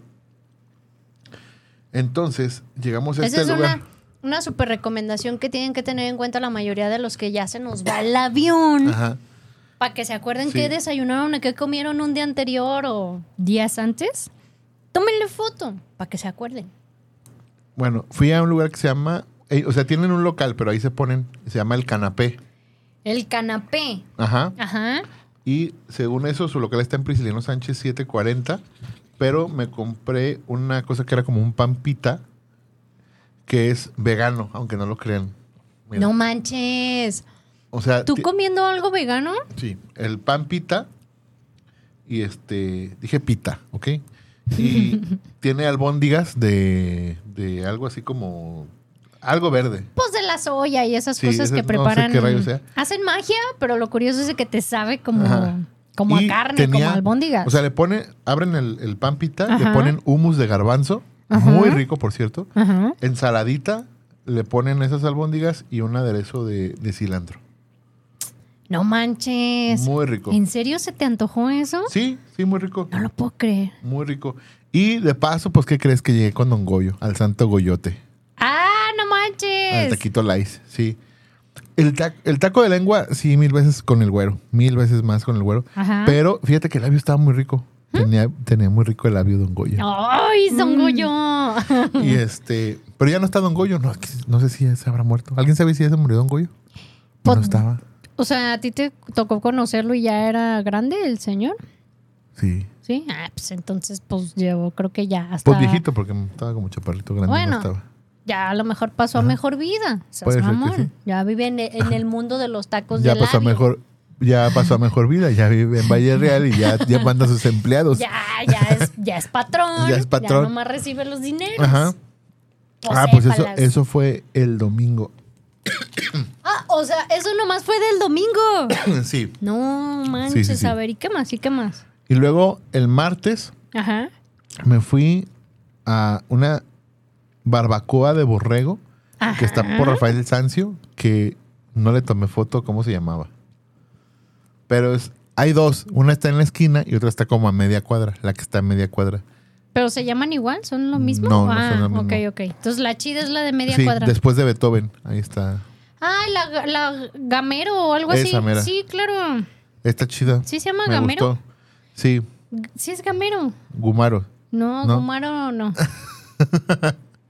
Entonces, llegamos a Esa este es lugar. una, una super recomendación que tienen que tener en cuenta la mayoría de los que ya se nos [COUGHS] va el avión. Ajá. Para que se acuerden Sí. qué desayunaron o qué comieron un día anterior o días antes. Tómenle foto para que se acuerden. Bueno, fui a un lugar que se llama, eh, o sea, tienen un local, pero ahí se ponen, se llama El Canapé. El canapé. Ajá. Ajá. Y según eso, su local está en Priscilino Sánchez 740, pero me compré una cosa que era como un pampita, que es vegano, aunque no lo crean. Mira, No manches. o sea, ¿Tú ti- comiendo algo vegano? Sí, el pan pita y este, dije pita, ¿ok? [LAUGHS] Y tiene albóndigas de, de algo así como, algo verde. Pues de la soya y esas Sí, cosas esas- que no sé preparan. qué rayos sea. Hacen magia, pero lo curioso es de que te sabe como, Ajá. como a Y carne, tenía- como a albóndigas. O sea, le pone, abren el, el pan pita, le Ajá. ponen humus de garbanzo Muy Ajá. rico, por cierto. Ajá. Ensaladita, le ponen esas albóndigas y un aderezo de, de cilantro. No manches. Muy rico. ¿En serio se te antojó eso? Sí, sí, muy rico. No lo puedo creer. Muy rico. Y de paso, pues, ¿qué crees que llegué con Don Goyo? Al Santo Goyote. ¡Ah, no Al manches! taquito Lice, sí. El, ta- el taco de lengua, sí, mil veces con el güero. Mil veces más con el güero. Ajá. ¿Mm? Pero fíjate que el labio estaba muy rico. Tenía, tenía muy rico el labio Don Goyo. ¡Ay, son Goyo! Y este, pero ya no está Don Goyo. No, no sé si se habrá muerto. ¿Alguien sabe si ya se murió Don Goyo? No Pues- estaba. [LAUGHS] O sea, ¿a ti te tocó conocerlo y ya era grande el señor? Sí. Sí. Ah, pues entonces, pues yo creo que ya hasta. Pues viejito, porque estaba como chaparrito grande. Bueno, no estaba. Ya a lo mejor pasó a mejor vida. Seas Puede ser que mamón. sí. Ya vive en, en el mundo de los tacos Ya pues de pasó a labio. mejor, ya pasó a mejor vida, ya vive en Valle Real y ya, ya manda a sus empleados. Ya, ya es, ya es patrón. [LAUGHS] Ya es patrón. Ya nomás recibe los dineros. Ajá. O ah, sea, pues eso, palas. eso fue el domingo. [CLEARS THROAT] Ah, o sea, eso nomás fue del [COUGHS] domingo. sí. No manches, Sí, sí, sí. a ver, ¿y qué más? ¿Y qué más? Y luego el martes Ajá. me fui a una barbacoa de borrego que está por Rafael Sancio, que no le tomé foto cómo se llamaba. Pero es, hay dos, una está en la esquina y otra está como a media cuadra, la que está a media cuadra. ¿Pero se llaman igual? ¿Son lo mismo? No, no ah, son lo mismo. ok, ok. Entonces la chida es la de media sí, cuadra. después de Beethoven, ahí está. Ah, la, la gamero o algo Esa así. mera. Sí, claro. Está chida. ¿Sí se llama Me Gamero? gustó. Sí, G- Sí es gamero. Gumaro. No, No. gumaro [LAUGHS] no.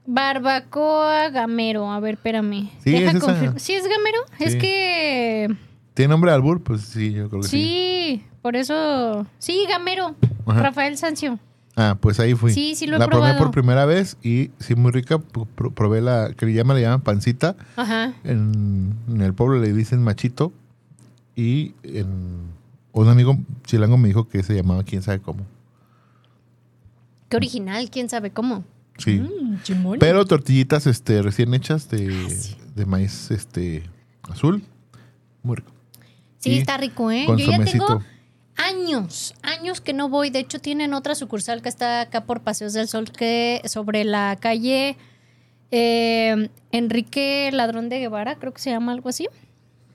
Barbacoa gamero. A ver, espérame. Sí, Deja es esa. confirmo. ¿Sí es gamero? Es Sí. que... ¿Tiene nombre de albur? Pues sí, yo creo que sí. Sí, por eso... Sí, gamero. Ajá. Rafael Sancio. Ah, pues ahí fui. Sí, sí lo he La probé probado. por primera vez y sí, muy rica. Pro- pro- Probé la que le llaman, le llaman pancita. Ajá. En, en el pueblo le dicen machito. Y en- un amigo chilango me dijo que se llamaba quién sabe cómo. Qué original, quién sabe cómo. Sí. Mm, chimón. Pero tortillitas este, recién hechas de, Ah, de maíz este, azul. Muy rico. Sí, y está rico, ¿eh? Yo con ya somecito. tengo años, años que no voy. De hecho, tienen otra sucursal que está acá por Paseos del Sol, que sobre la calle eh, Enrique Ladrón de Guevara, creo que se llama algo así.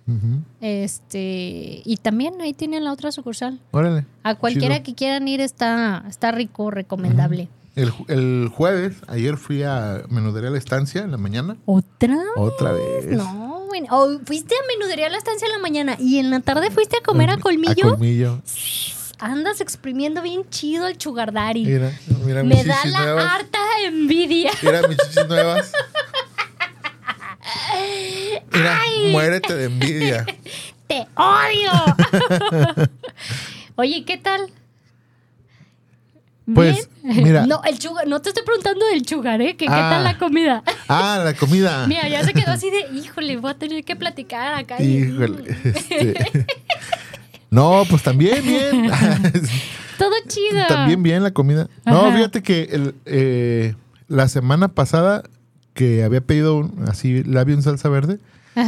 Ujú. Este, y también ahí tienen la otra sucursal. Órale. A cualquiera Chido. que quieran ir está, está rico, recomendable. El, ju- el jueves, ayer fui a menudería la estancia en la mañana. ¿Otra? Otra vez. Ah, No, bueno. Oh, fuiste a menudería a la estancia en la mañana y en la tarde fuiste a comer a colmillo. Mm, colmillo. Andas exprimiendo bien chido el chugardari. Mira, mira mis Me da chichis la nuevas. harta envidia. Mira mis chichis nuevas. Mira, muérete de envidia. ¡Te odio! [LAUGHS] Oye, ¿qué tal? ¿Bien? Pues, mira. No, el chugar, no te estoy preguntando del chugar, ¿eh? Que, ¿Qué Ah. tal la [LAUGHS] comida? Ah, la comida. Mira, ya se quedó así de, híjole, voy a tener que platicar acá. mm, Híjole. este. No, pues [LAUGHS] también bien. Todo chido. también bien la comida. No, Ajá. fíjate que el, eh, la semana pasada que había pedido un- así labio en salsa verde,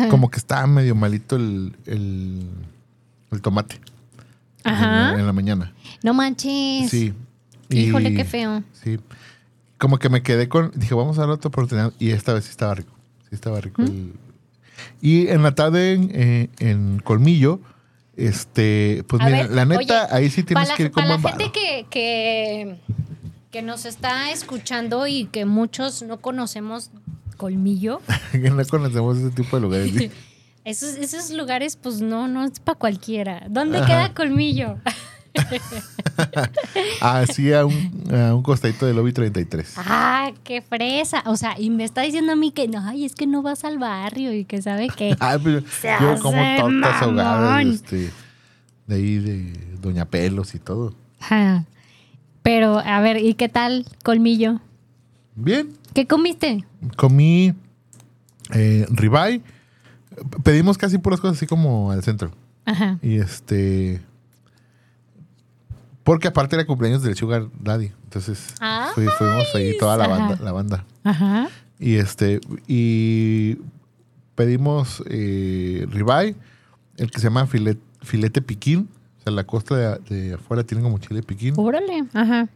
como que estaba medio malito el, el, el tomate. en la- Ajá. En, la mañana. No manches. Sí. Híjole, qué feo. Sí. Como que me quedé con. Dije, vamos a dar otra oportunidad. Y esta vez sí estaba rico. Sí estaba rico. el- y en la tarde en, eh, en Colmillo, este. Pues A mira, ver, la neta, oye, ahí sí tienes para la- que ir con Para la buen gente varo. que, que, que nos está escuchando y que muchos no conocemos Colmillo, [LAUGHS] que no conocemos ese tipo de lugares. [LAUGHS] ¿sí? esos, esos lugares, pues no, no es para cualquiera. ¿Dónde Ajá. queda [LAUGHS] Colmillo? Así a un, a un costadito del lobby [LAUGHS] 33. ¡Ah, qué fresa! O sea, y me está diciendo a mí que, no, ay, es que no vas al barrio y que sabe [LAUGHS] qué. Ah, pues, Se yo como hace tortas ahogadas mamón. este, de ahí de Doña Pelos y todo. Ajá. Pero, a ver, ¿y qué tal Colmillo? Bien, ¿Qué comiste? comí eh, ribeye. Pedimos casi puras cosas así como al centro. Ajá. Y este. Porque aparte era cumpleaños del Sugar Daddy. Entonces fui- fuimos ahí toda la banda, Ajá. la banda. Ajá. Y este. Y pedimos eh, ribeye, el que se llama filet- filete piquín. O sea, la costa de, de afuera tiene como chile piquín. Órale. Ajá.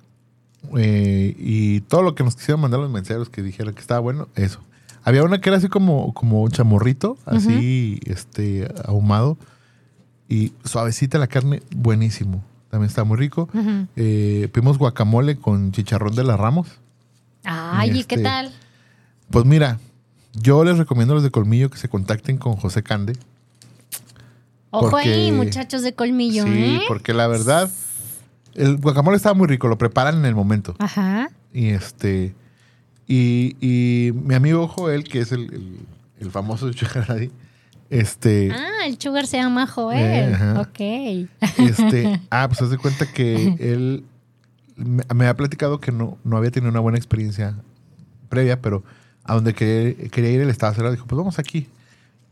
eh, y todo lo que nos quisieron mandar los mensajeros que dijeron que estaba bueno, eso. Había una que era así como, como un chamorrito, así este, ahumado. Y suavecita la carne, buenísimo. También está muy rico. Ujú. Eh, pedimos guacamole con chicharrón de las ramos. Ay, ¿y qué Este, tal? Pues mira, yo les recomiendo a los de Colmillo que se contacten con José Cande. Ojo porque- ahí, muchachos de colmillo, sí, ¿eh? porque la verdad, el guacamole estaba muy rico, lo preparan en el momento. Ajá. Y este. Y, y mi amigo Joel, que es el, el- el famoso [LAUGHS] Sugar Daddy, este. Ah, el sugar se llama Joel. Eh, ajá. ok. Este, ah, pues haz de cuenta que él me, me ha platicado que no, no había tenido una buena experiencia previa, pero a donde quería, quería ir él estaba cerrado. Dijo, pues vamos aquí.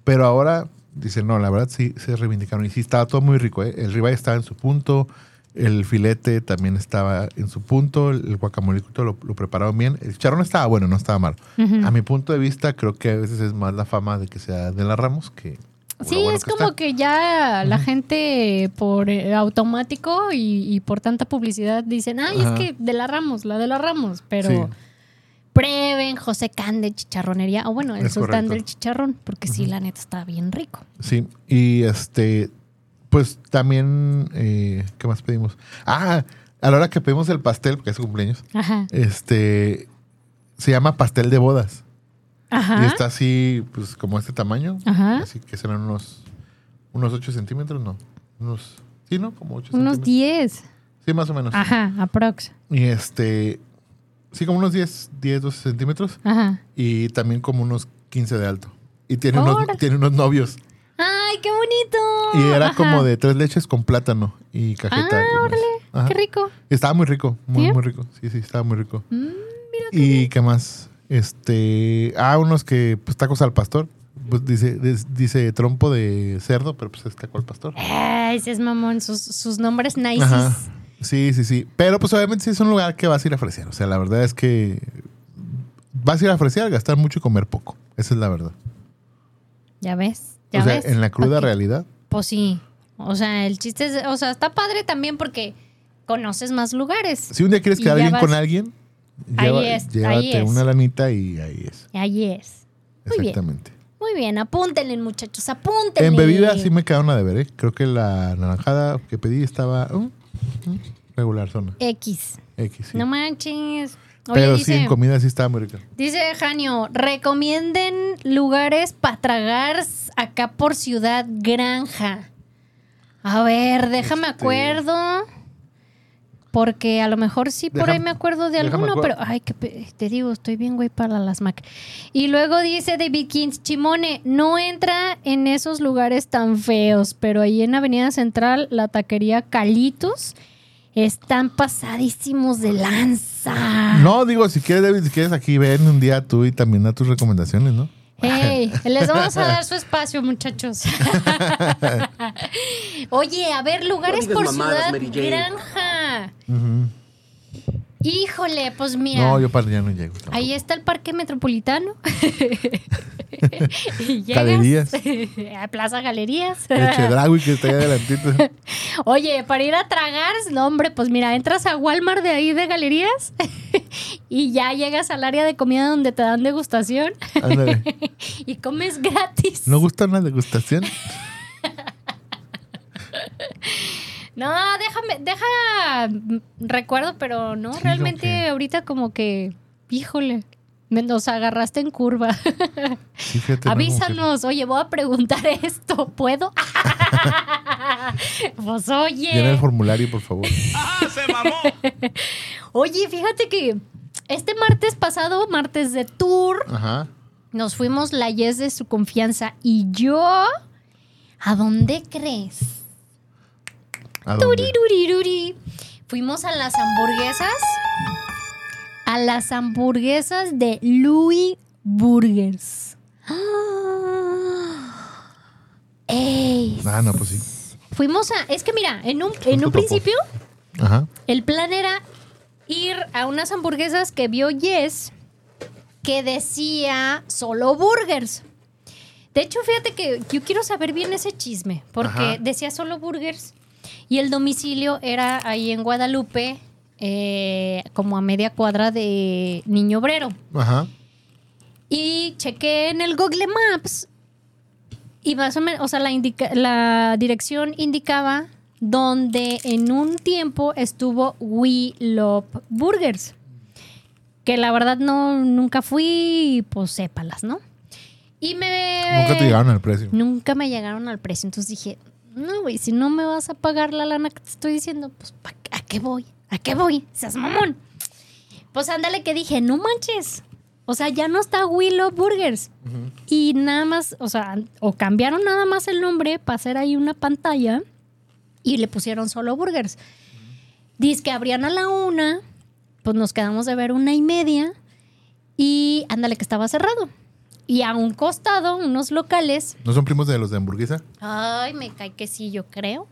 Pero ahora, dice, no, la verdad sí se reivindicaron. Y sí, estaba todo muy rico. ¿eh? El ribeye estaba en su punto, el filete también estaba en su punto, el, el guacamolito lo, lo prepararon bien. El charrón estaba bueno, no estaba malo. Mm. A mi punto de vista, creo que a veces es más la fama de que sea de la Ramos que... lo Sí, bueno es como está. que ya la gente por eh, automático y, y por tanta publicidad dicen, ay, Ajá. es que de la Ramos, la de la Ramos, pero Sí. prueben José Can de chicharronería, o bueno, el Es sultán correcto. del chicharrón, porque sí, la neta está bien rico. Sí, y este, pues también, eh, ¿qué más pedimos? Ah, a la hora que pedimos el pastel, porque es su cumpleaños, Ajá. este, se llama pastel de bodas. Ajá. Y está así, pues como este tamaño. Ajá. Así que serán unos, unos 8 centímetros, ¿no? Unos, sí, ¿no? Como 8 Unos centímetros. 10. Sí, más o menos. Ajá, aprox. Y este, sí, como unos 10, 10, 12 centímetros. Ajá. Y también como unos 15 de alto. Y tiene unos, Órale. tiene unos novios. ¡Ay, qué bonito! Y era Ajá. como de tres leches con plátano y cajeta. Ah, y más. órale, Ajá. qué rico. Estaba muy rico, muy, ¿Sí? muy rico. Sí, sí, estaba muy rico. Mm, ¿Y qué más? Este, ah, unos que, pues tacos al pastor. Pues dice, des- dice trompo de cerdo, pero pues es taco al pastor. Ay, ese es mamón, sus, sus nombres nice. Ajá. Sí, sí, sí. Pero pues obviamente sí es un lugar que vas a ir a ofrecer. O sea, la verdad es que vas a ir a ofrecer, gastar mucho y comer poco. Esa es la verdad. Ya ves, ya o sea, ves. en la cruda Ok. realidad. Pues sí. O sea, el chiste es, o sea, está padre también porque conoces más lugares. Si un día quieres Y quedar ya bien con vas. alguien, Ahí lleva- es, ahí llévate es. una lanita y ahí es. Ahí es. Muy bien. Exactamente. Muy bien, apúntenle, muchachos, apúntenle. En bebida sí me quedaron a deber, ¿eh? Creo que la naranjada que pedí estaba mm, mm, regular zona. X. X. sí. No manches. Oye, Pero sí, dice, en comida sí estaba muy rica. dice Janio, recomienden lugares para tragar acá por Ciudad Granja. A ver, déjame Este- acuerdo. Porque a lo mejor sí por ahí Déjame- me acuerdo de déjame alguno, acuer- pero ay, que pe- te digo, estoy bien güey para las Mac. Y luego dice David Kings, Chimone, no entra en esos lugares tan feos, pero ahí en Avenida Central, la taquería Calitos, están pasadísimos de lanza. No, digo, si quieres, David, si quieres aquí, ven un día tú y también da tus recomendaciones, ¿no? [LAUGHS] Hey, les vamos a dar su espacio, muchachos. Oye, a ver, lugares No digas por mamadas, ciudad Mary Jane. granja. Ujú. Híjole, pues mira. No, yo para allá no llego. tampoco. Ahí está el parque [LAUGHS] metropolitano. [LAUGHS] Y llegas Galerías. [LAUGHS] A Plaza Galerías. El Chedraui que está ahí adelantito. [LAUGHS] Oye, para ir a tragar, no, hombre, pues mira, entras a Walmart de ahí de Galerías [LAUGHS] y ya llegas al área de comida donde te dan degustación [LAUGHS] Ándale. y comes gratis. ¿No gusta una degustación? No, déjame, deja mm, recuerdo, pero no, Sí, realmente ¿o qué? ahorita como que, híjole, me nos agarraste en curva. Sí, fíjate. no, como que- Avísanos, oye, voy a preguntar [LAUGHS] esto, ¿puedo? [LAUGHS] pues Llena el oye, formulario, por favor. ¡Ah, se mamó! oye, fíjate que este martes pasado, martes de tour, Ajá. nos fuimos la Yes de su confianza y yo, ¿a dónde crees? ¿A dónde? Turirurirurí. Fuimos a las hamburguesas. A las hamburguesas de Louis Burgers. [GASPS] ¡Ah! ¡Ey! Ah, no, pues sí. Fuimos a. Es que mira, en un, en un tu topo. principio, Ajá. el plan era ir a unas hamburguesas que vio Yes que decía solo burgers. De hecho, fíjate que yo quiero saber bien ese chisme, porque Ajá. decía solo burgers y el domicilio era ahí en Guadalupe, eh, como a media cuadra de Niño Obrero. Ajá. Y chequé en el Google Maps y más o menos, o sea, la, indica- la dirección indicaba donde en un tiempo estuvo We Love Burgers. Que la verdad no, nunca fui, pues sépalas, ¿no? Y me... Nunca te llegaron al precio. Nunca me llegaron al precio. Entonces dije, no, güey, si no me vas a pagar la lana que te estoy diciendo, pues ¿pa- ¿a qué voy? ¿A qué voy? Seas mamón. Pues ándale que dije, no manches. O sea, ya no está Willow Burgers. Y nada más, o sea, o cambiaron nada más el nombre para hacer ahí una pantalla y le pusieron solo burgers. Dice que abrían a la una, pues nos quedamos de ver una y media y ándale que estaba cerrado. Y a un costado, unos locales, ¿No son primos de los de hamburguesa? Ay, me cae que sí, yo creo.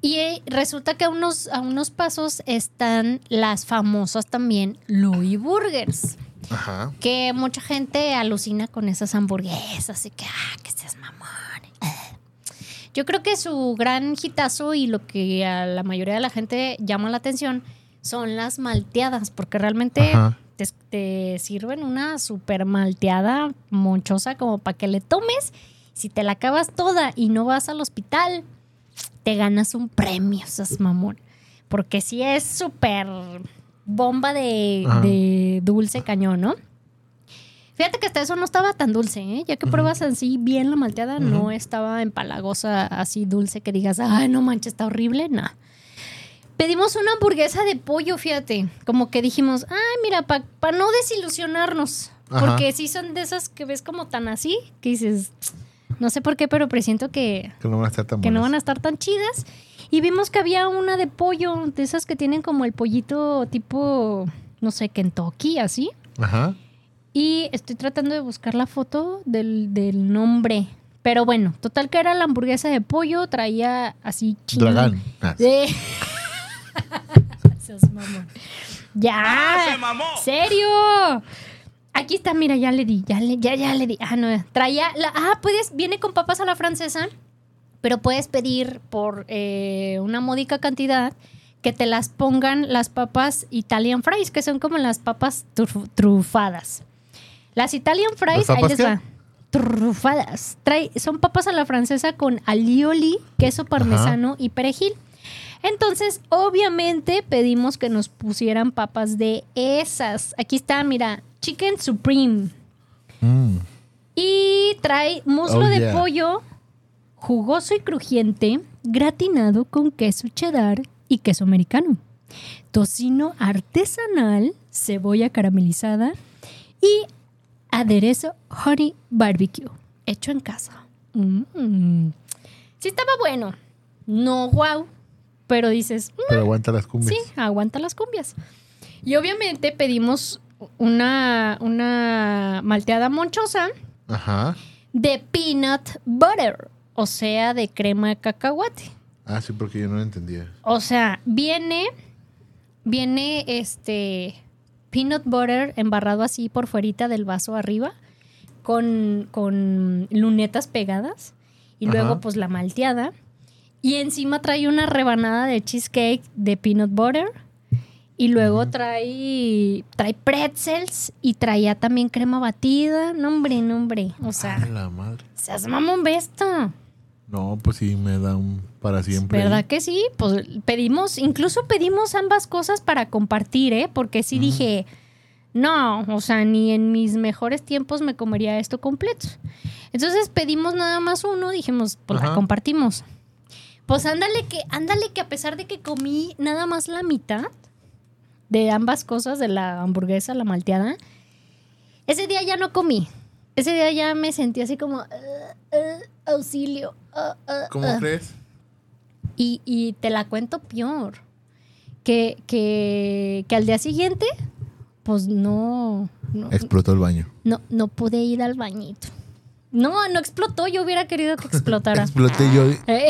Y eh, resulta que a unos, a unos pasos están las famosas también Louis Burgers, Ajá. que mucha gente alucina con esas hamburguesas, así que, ah, que seas mamón. [LAUGHS] Ah. Yo creo que su gran hitazo y lo que a la mayoría de la gente llama la atención son las malteadas, porque realmente Ajá. te, te sirven una super malteada monchosa como para que le tomes. Si te la acabas toda y no vas al hospital, te ganas un premio, esas mamón. Porque si es súper bomba de, Ajá. de dulce cañón, ¿no? Fíjate que hasta eso no estaba tan dulce, ¿eh? Ya que pruebas así bien la malteada, no estaba empalagosa así dulce que digas, ay, no manches, está horrible, nada. Pedimos una hamburguesa de pollo, fíjate. Como que dijimos, ay, mira, para no desilusionarnos. Ajá. Porque sí son de esas que ves como tan así, que dices, no sé por qué, pero presiento que, Que no van a estar tan que no buenas. van a estar tan chidas. Y vimos que había una de pollo, de esas que tienen como el pollito tipo, no sé, Kentucky, así. Ajá. Y estoy tratando de buscar la foto del, del nombre. Pero bueno, total que era la hamburguesa de pollo, traía así chile. Dragán. Ah, Sí. [LAUGHS] Seas mamón. Ya. Serio. Aquí está, mira, ya le di, ya le, ya, ya le di. Ah, no, traía la, ah, puedes, viene con papas a la francesa, pero puedes pedir por eh, una módica cantidad que te las pongan las papas Italian fries, que son como las papas truf- trufadas. Las Italian fries, ¿Las ahí papas les qué? va. Trufadas. Trae, son papas a la francesa con alioli, queso parmesano y perejil. Entonces, obviamente pedimos que nos pusieran papas de esas. Aquí está, mira, Chicken Supreme. mm. Y trae muslo Oh, de yeah. pollo jugoso y crujiente, gratinado con queso cheddar y queso americano. Tocino artesanal, cebolla caramelizada y aderezo honey barbecue, hecho en casa. Mm. Sí estaba bueno. No wow, pero dices, "Mm, Pero aguanta las cumbias. Sí, aguanta las cumbias. Y obviamente pedimos una, una malteada monchosa Ajá. de peanut butter, o sea, de crema de cacahuate. Ah, sí, porque yo no lo entendía. O sea, viene, viene este peanut butter embarrado así por fuerita del vaso arriba, con, con lunetas pegadas, y Ajá. luego pues la malteada, y encima trae una rebanada de cheesecake de peanut butter, y luego trae, trae pretzels, y traía también crema batida, no hombre, no hombre, o Ah, sea, la madre. seas mamón besto. No, pues sí, me da un para siempre. ¿Verdad que sí? Pues pedimos, incluso pedimos ambas cosas para compartir, ¿eh? Porque sí dije, no, o sea, ni en mis mejores tiempos me comería esto completo. Entonces pedimos nada más uno, dijimos, pues la Ajá. compartimos. Pues ándale que, ándale que a pesar de que comí nada más la mitad de ambas cosas, de la hamburguesa, la malteada, ese día ya no comí. Ese día ya me sentí así como, "Ugh, ugh, auxilio. ugh, ugh, ¿Cómo ugh". crees? Y, y te la cuento peor. Que, que, que al día siguiente, pues no no, Explotó el baño. no, no pude ir al bañito. No, no explotó. Yo hubiera querido que [LAUGHS] explotara. Exploté yo. Eh.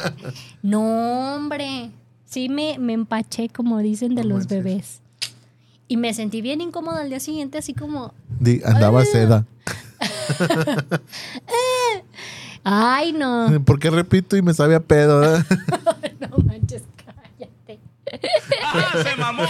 [LAUGHS] No, hombre. Sí me, me empaché, como dicen de No los manches. bebés. Y me sentí bien incómoda al día siguiente, así como, Di- andaba seda. ay, [LAUGHS] no. ¿Por qué repito y me sabe a pedo? ¿verdad? No manches, cállate. ¡Ah, se mamó!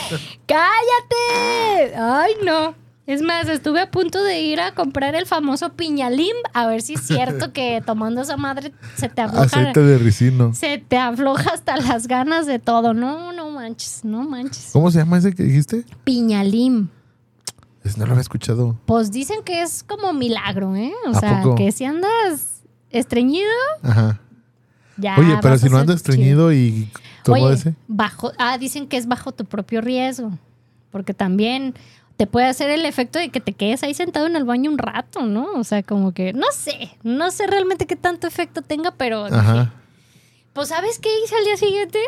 ¡Cállate! ¡Ay, no! Es más, estuve a punto de ir a comprar el famoso piñalim, a ver si es [LAUGHS] cierto que tomando esa madre se te afloja. Aceite de ricino. Se te afloja hasta las ganas de todo. No, no manches, no manches. ¿Cómo se llama ese que dijiste? Piñalim. Es- No lo había escuchado. Pues dicen que es como milagro, ¿eh? O ¿A sea, poco? que si andas estreñido, Ajá. ya. Oye, pero Ah, vas si a no ser andas chido. estreñido y como Oye, ese. Bajo, ah, dicen que es bajo tu propio riesgo. Porque también te puede hacer el efecto de que te quedes ahí sentado en el baño un rato, ¿no? O sea, como que, no sé, no sé realmente qué tanto efecto tenga, pero Ajá. pues ¿sabes qué hice al día siguiente?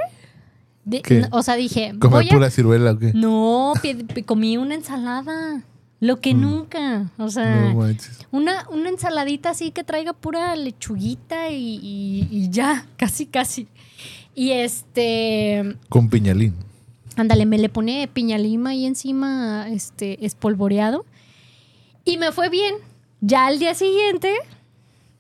De- ¿Qué? no, o sea, dije, Comer voy a... pura ciruela o qué. No, pi- pi- comí una ensalada. Lo que nunca. O sea, Mm. No manches. una, una ensaladita así que traiga pura lechuguita y, y- y ya, [LAUGHS] casi, casi. Y este, Con piñalín. ándale, me le pone piña lima ahí encima, este, espolvoreado. Y me fue bien. Ya al día siguiente,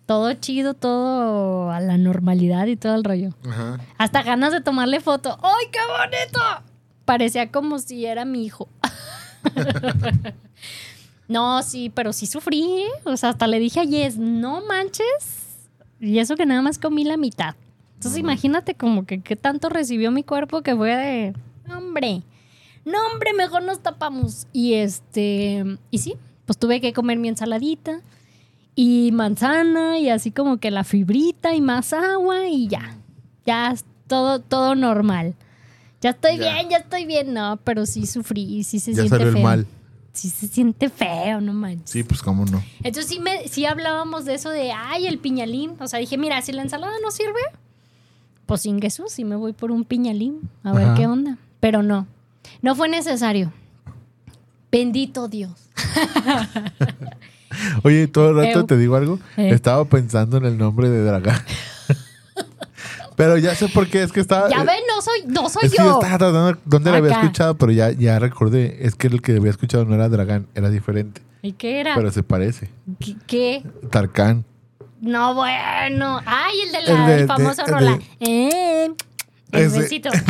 todo chido, todo a la normalidad y todo el rollo. Ajá. Hasta ganas de tomarle foto. ¡Ay, qué bonito! Parecía como si era mi hijo. no, sí, pero sí sufrí. ¿eh? O sea, hasta le dije a Jess, no manches. Y eso que nada más comí la mitad. Entonces imagínate como que qué tanto recibió mi cuerpo que fue de... Hombre, no hombre, mejor nos tapamos. Y este... Y sí, pues tuve que comer mi ensaladita y manzana y así como que la fibrita y más agua y ya. Ya es todo, todo normal. Ya estoy Ya. bien, ya estoy bien. No, pero sí sufrí y sí se Ya siente salió el feo. mal. Sí se siente feo, no manches. Sí, pues cómo no. Entonces sí, me, sí hablábamos de eso de, ay, el piñalín. O sea, dije, mira, si la ensalada no sirve, pues sin Jesús, sí me voy por un piñalín, a ver Ajá. qué onda. Pero no, no fue necesario. Bendito Dios. Oye, todo el rato Eu. te digo algo. Eh. Estaba pensando en el nombre de [LAUGHS] Dragán. pero ya sé por qué. Es que estaba. Ya eh, ven, no soy, no soy es que yo yo. estaba tratando dónde lo había Acá. escuchado, pero ya, ya recordé. Es que el que había escuchado no era Dragán, era diferente. ¿Y qué era? Pero se parece. ¿Qué- ¿Qué? Tarkan. No, bueno. Ay, el de El la de- el famoso de- rola. de- Eh, el Ese. besito. [LAUGHS]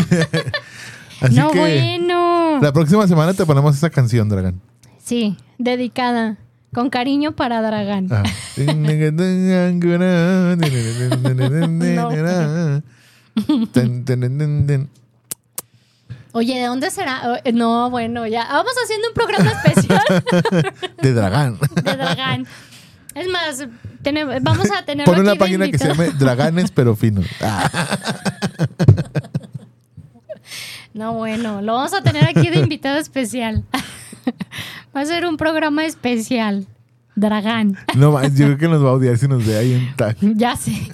Así no, que bueno. la próxima semana te ponemos esa canción, Dragán. Sí, dedicada. Con cariño para Dragán. Ah. Ten, ten, ten, ten, ten. Oye, ¿de dónde será? Eh, No, bueno, ya. Vamos haciendo un programa [LAUGHS] especial De Dragán. de Dragán. Es más, tene- vamos a tener Pon una página que se llame Draganes pero fino. Ah, No, bueno, lo vamos a tener aquí de invitado especial. [LAUGHS] Va a ser un programa especial. Dragán. no más, yo creo que nos va a odiar si nos ve ahí en tag. Ya sé.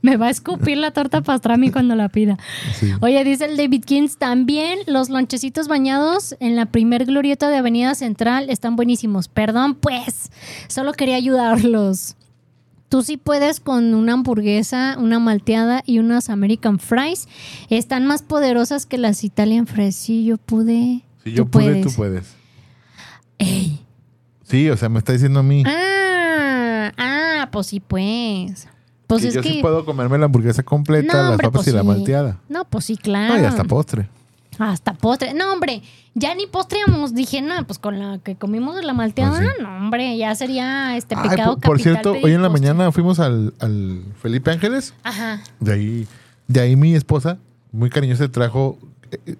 Me va a escupir la torta pastrami cuando la pida. Sí. Oye, dice el David Kings también, los lonchecitos bañados en la primer glorieta de Avenida Central están buenísimos. Perdón, pues, solo quería ayudarlos. Tú sí puedes con una hamburguesa, una malteada y unas American Fries. Están más poderosas que las Italian Fries. Sí, yo pude. Si yo Tú pude, puedes. tú puedes. Ey. Sí, o sea, me está diciendo a mí Ah, ah, pues sí, pues. Pues que es yo que... sí puedo comerme la hamburguesa completa, No, las hombre, papas pues y la sí. malteada. No, pues sí, claro. No, y hasta postre. Hasta postre. No, hombre, ya ni postreamos. Dije, no, pues con la que comimos de la malteada, Pues sí. no, hombre, ya sería este Ay, pecado por, por capital cierto, pedir hoy en la postre. mañana fuimos al, al Felipe Ángeles. Ajá. De ahí, de ahí mi esposa, muy cariñosa, trajo eh, eh,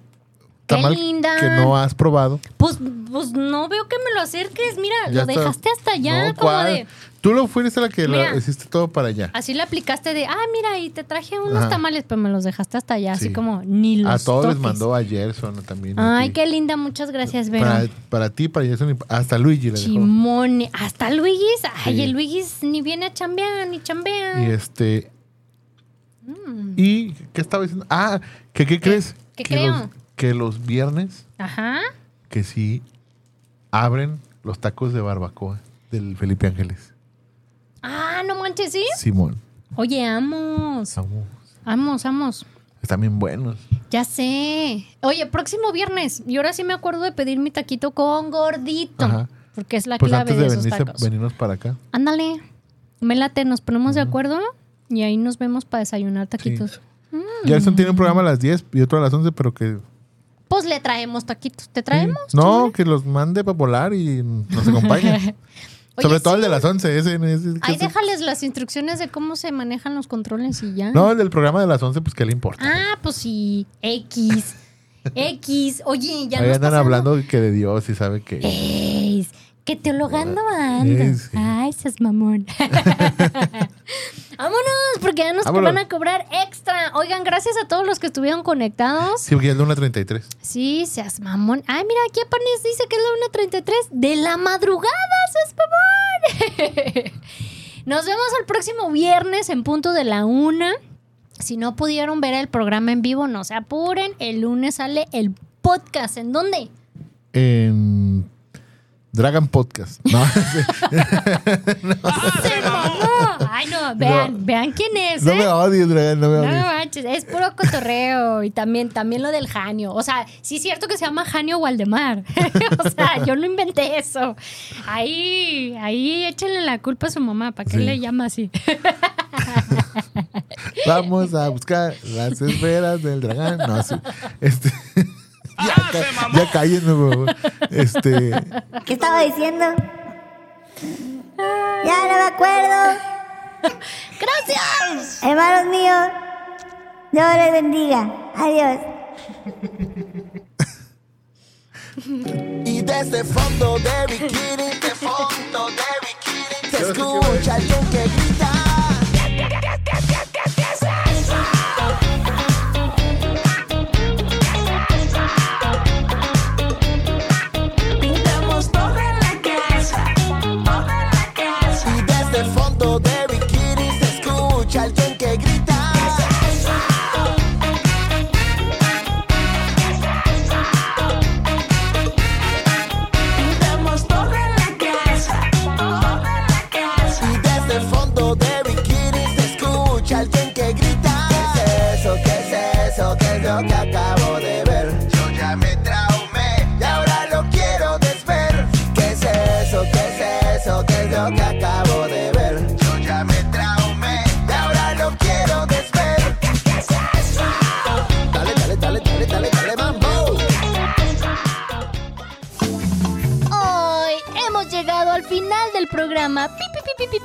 tamal linda! que no has probado. Pues, pues no veo que me lo acerques. Mira, Ya Ah, lo está. dejaste hasta allá, No, como ¿cuál? de. Tú lo fuiste la que lo Mira. hiciste todo para allá. Así le aplicaste de, ah, mira, y te traje unos Ajá. tamales, pero me los dejaste hasta allá, así Sí. como ni los. A todos les toques. mandó a Gerson también. a Ay, ti. qué linda, muchas gracias, Vero. para, para ti, para Gerson y pa- hasta Luigi le dejó. Chimone. Hasta Luigis. Ay, Sí. el Luigis ni viene a chambear, ni chambea. Y este. ¿Y qué estaba diciendo? Ah, que qué crees? Mm. ¿Qué que creo? Los, que los viernes, Ajá. que sí abren los tacos de barbacoa del Felipe Ángeles. Ah, no manches, sí. Simón. Oye, amos. Samu, Amos, amos. Están bien buenos. Ya sé. Oye, próximo viernes. Y ahora sí me acuerdo de pedir mi taquito con gordito. Ajá. Porque es la Pues clave antes de, de esos venirse- tacos. venirnos para acá. Ándale. Melate, nos ponemos de acuerdo y ahí nos vemos para desayunar taquitos. Gerson tiene un programa a las 10 y otro a las 11, pero que pues le traemos taquitos. ¿Te traemos? No, que los mande para volar y nos acompañe. [LAUGHS] Oye, Sobre todo sí. el de las 11. Ese, ese- Ahí ese- déjales las instrucciones de cómo se manejan los controles y ya. No, el del programa de las 11, pues, ¿qué le importa? Ah, pues sí. X. X. Oye, ya Ahí nos andan pasamos. hablando que de Dios y sabe que... Ey, que teologando ando. Ey, Ah, sí. Ay, seas [LAUGHS] mamón. [LAUGHS] Vámonos, porque ya nos Vámonos. van a cobrar extra. Oigan, gracias a todos los que estuvieron conectados. Sí, porque es de 1.33. Sí, seas mamón. Ay, mira, aquí apenas dice que es la 1.33 de la madrugada, seas mamón. [LAUGHS] Nos vemos el próximo viernes en punto de la una. Si no pudieron ver el programa en vivo, no se apuren. El lunes sale el podcast. ¿En [LAUGHS] dónde? En Dragon Podcast. No, [LAUGHS] ¡Se mamó! Ay, no, vean, vean quién es, no ¿eh? me odies, Dragon, no me No odies. manches, es puro cotorreo y también, también lo del Janio. O sea, sí es cierto que se llama Janio Waldemar. [LAUGHS] o sea, yo no inventé eso. Ahí, ahí échenle la culpa a su mamá. ¿Para qué Sí. le llama así? [LAUGHS] Vamos a buscar las esferas del dragón. No, sí. Este, [LAUGHS] ya, ca- ya cállenme, por favor. Este, ¿Qué estaba diciendo? Ya no me acuerdo. ¡Gracias! Hermanos míos, Dios les bendiga. Adiós. Y desde fondo de bikini, de fondo de bikini, se escucha alguien que grita. Pintamos toda la casa, toda la casa. Y desde el fondo de bikini se escucha alguien que grita. Pintamos toda la casa, toda la casa. Y desde el fondo de bikini se escucha alguien que grita. ¿Qué es eso? ¿Qué es eso? ¿Qué es lo que acabo de ver? Yo ya [LAUGHS] me traumé y ahora lo quiero desver. ¿Qué es eso? ¿Qué es eso? ¿Qué es lo que acabo de ver? Yo ya me traumé y ahora lo quiero desver. ¿Qué es eso? Dale, dale, dale, dale, dale, dale, mambo. Hoy hemos llegado al final del programa. Pi, pi, pi, pi, pi,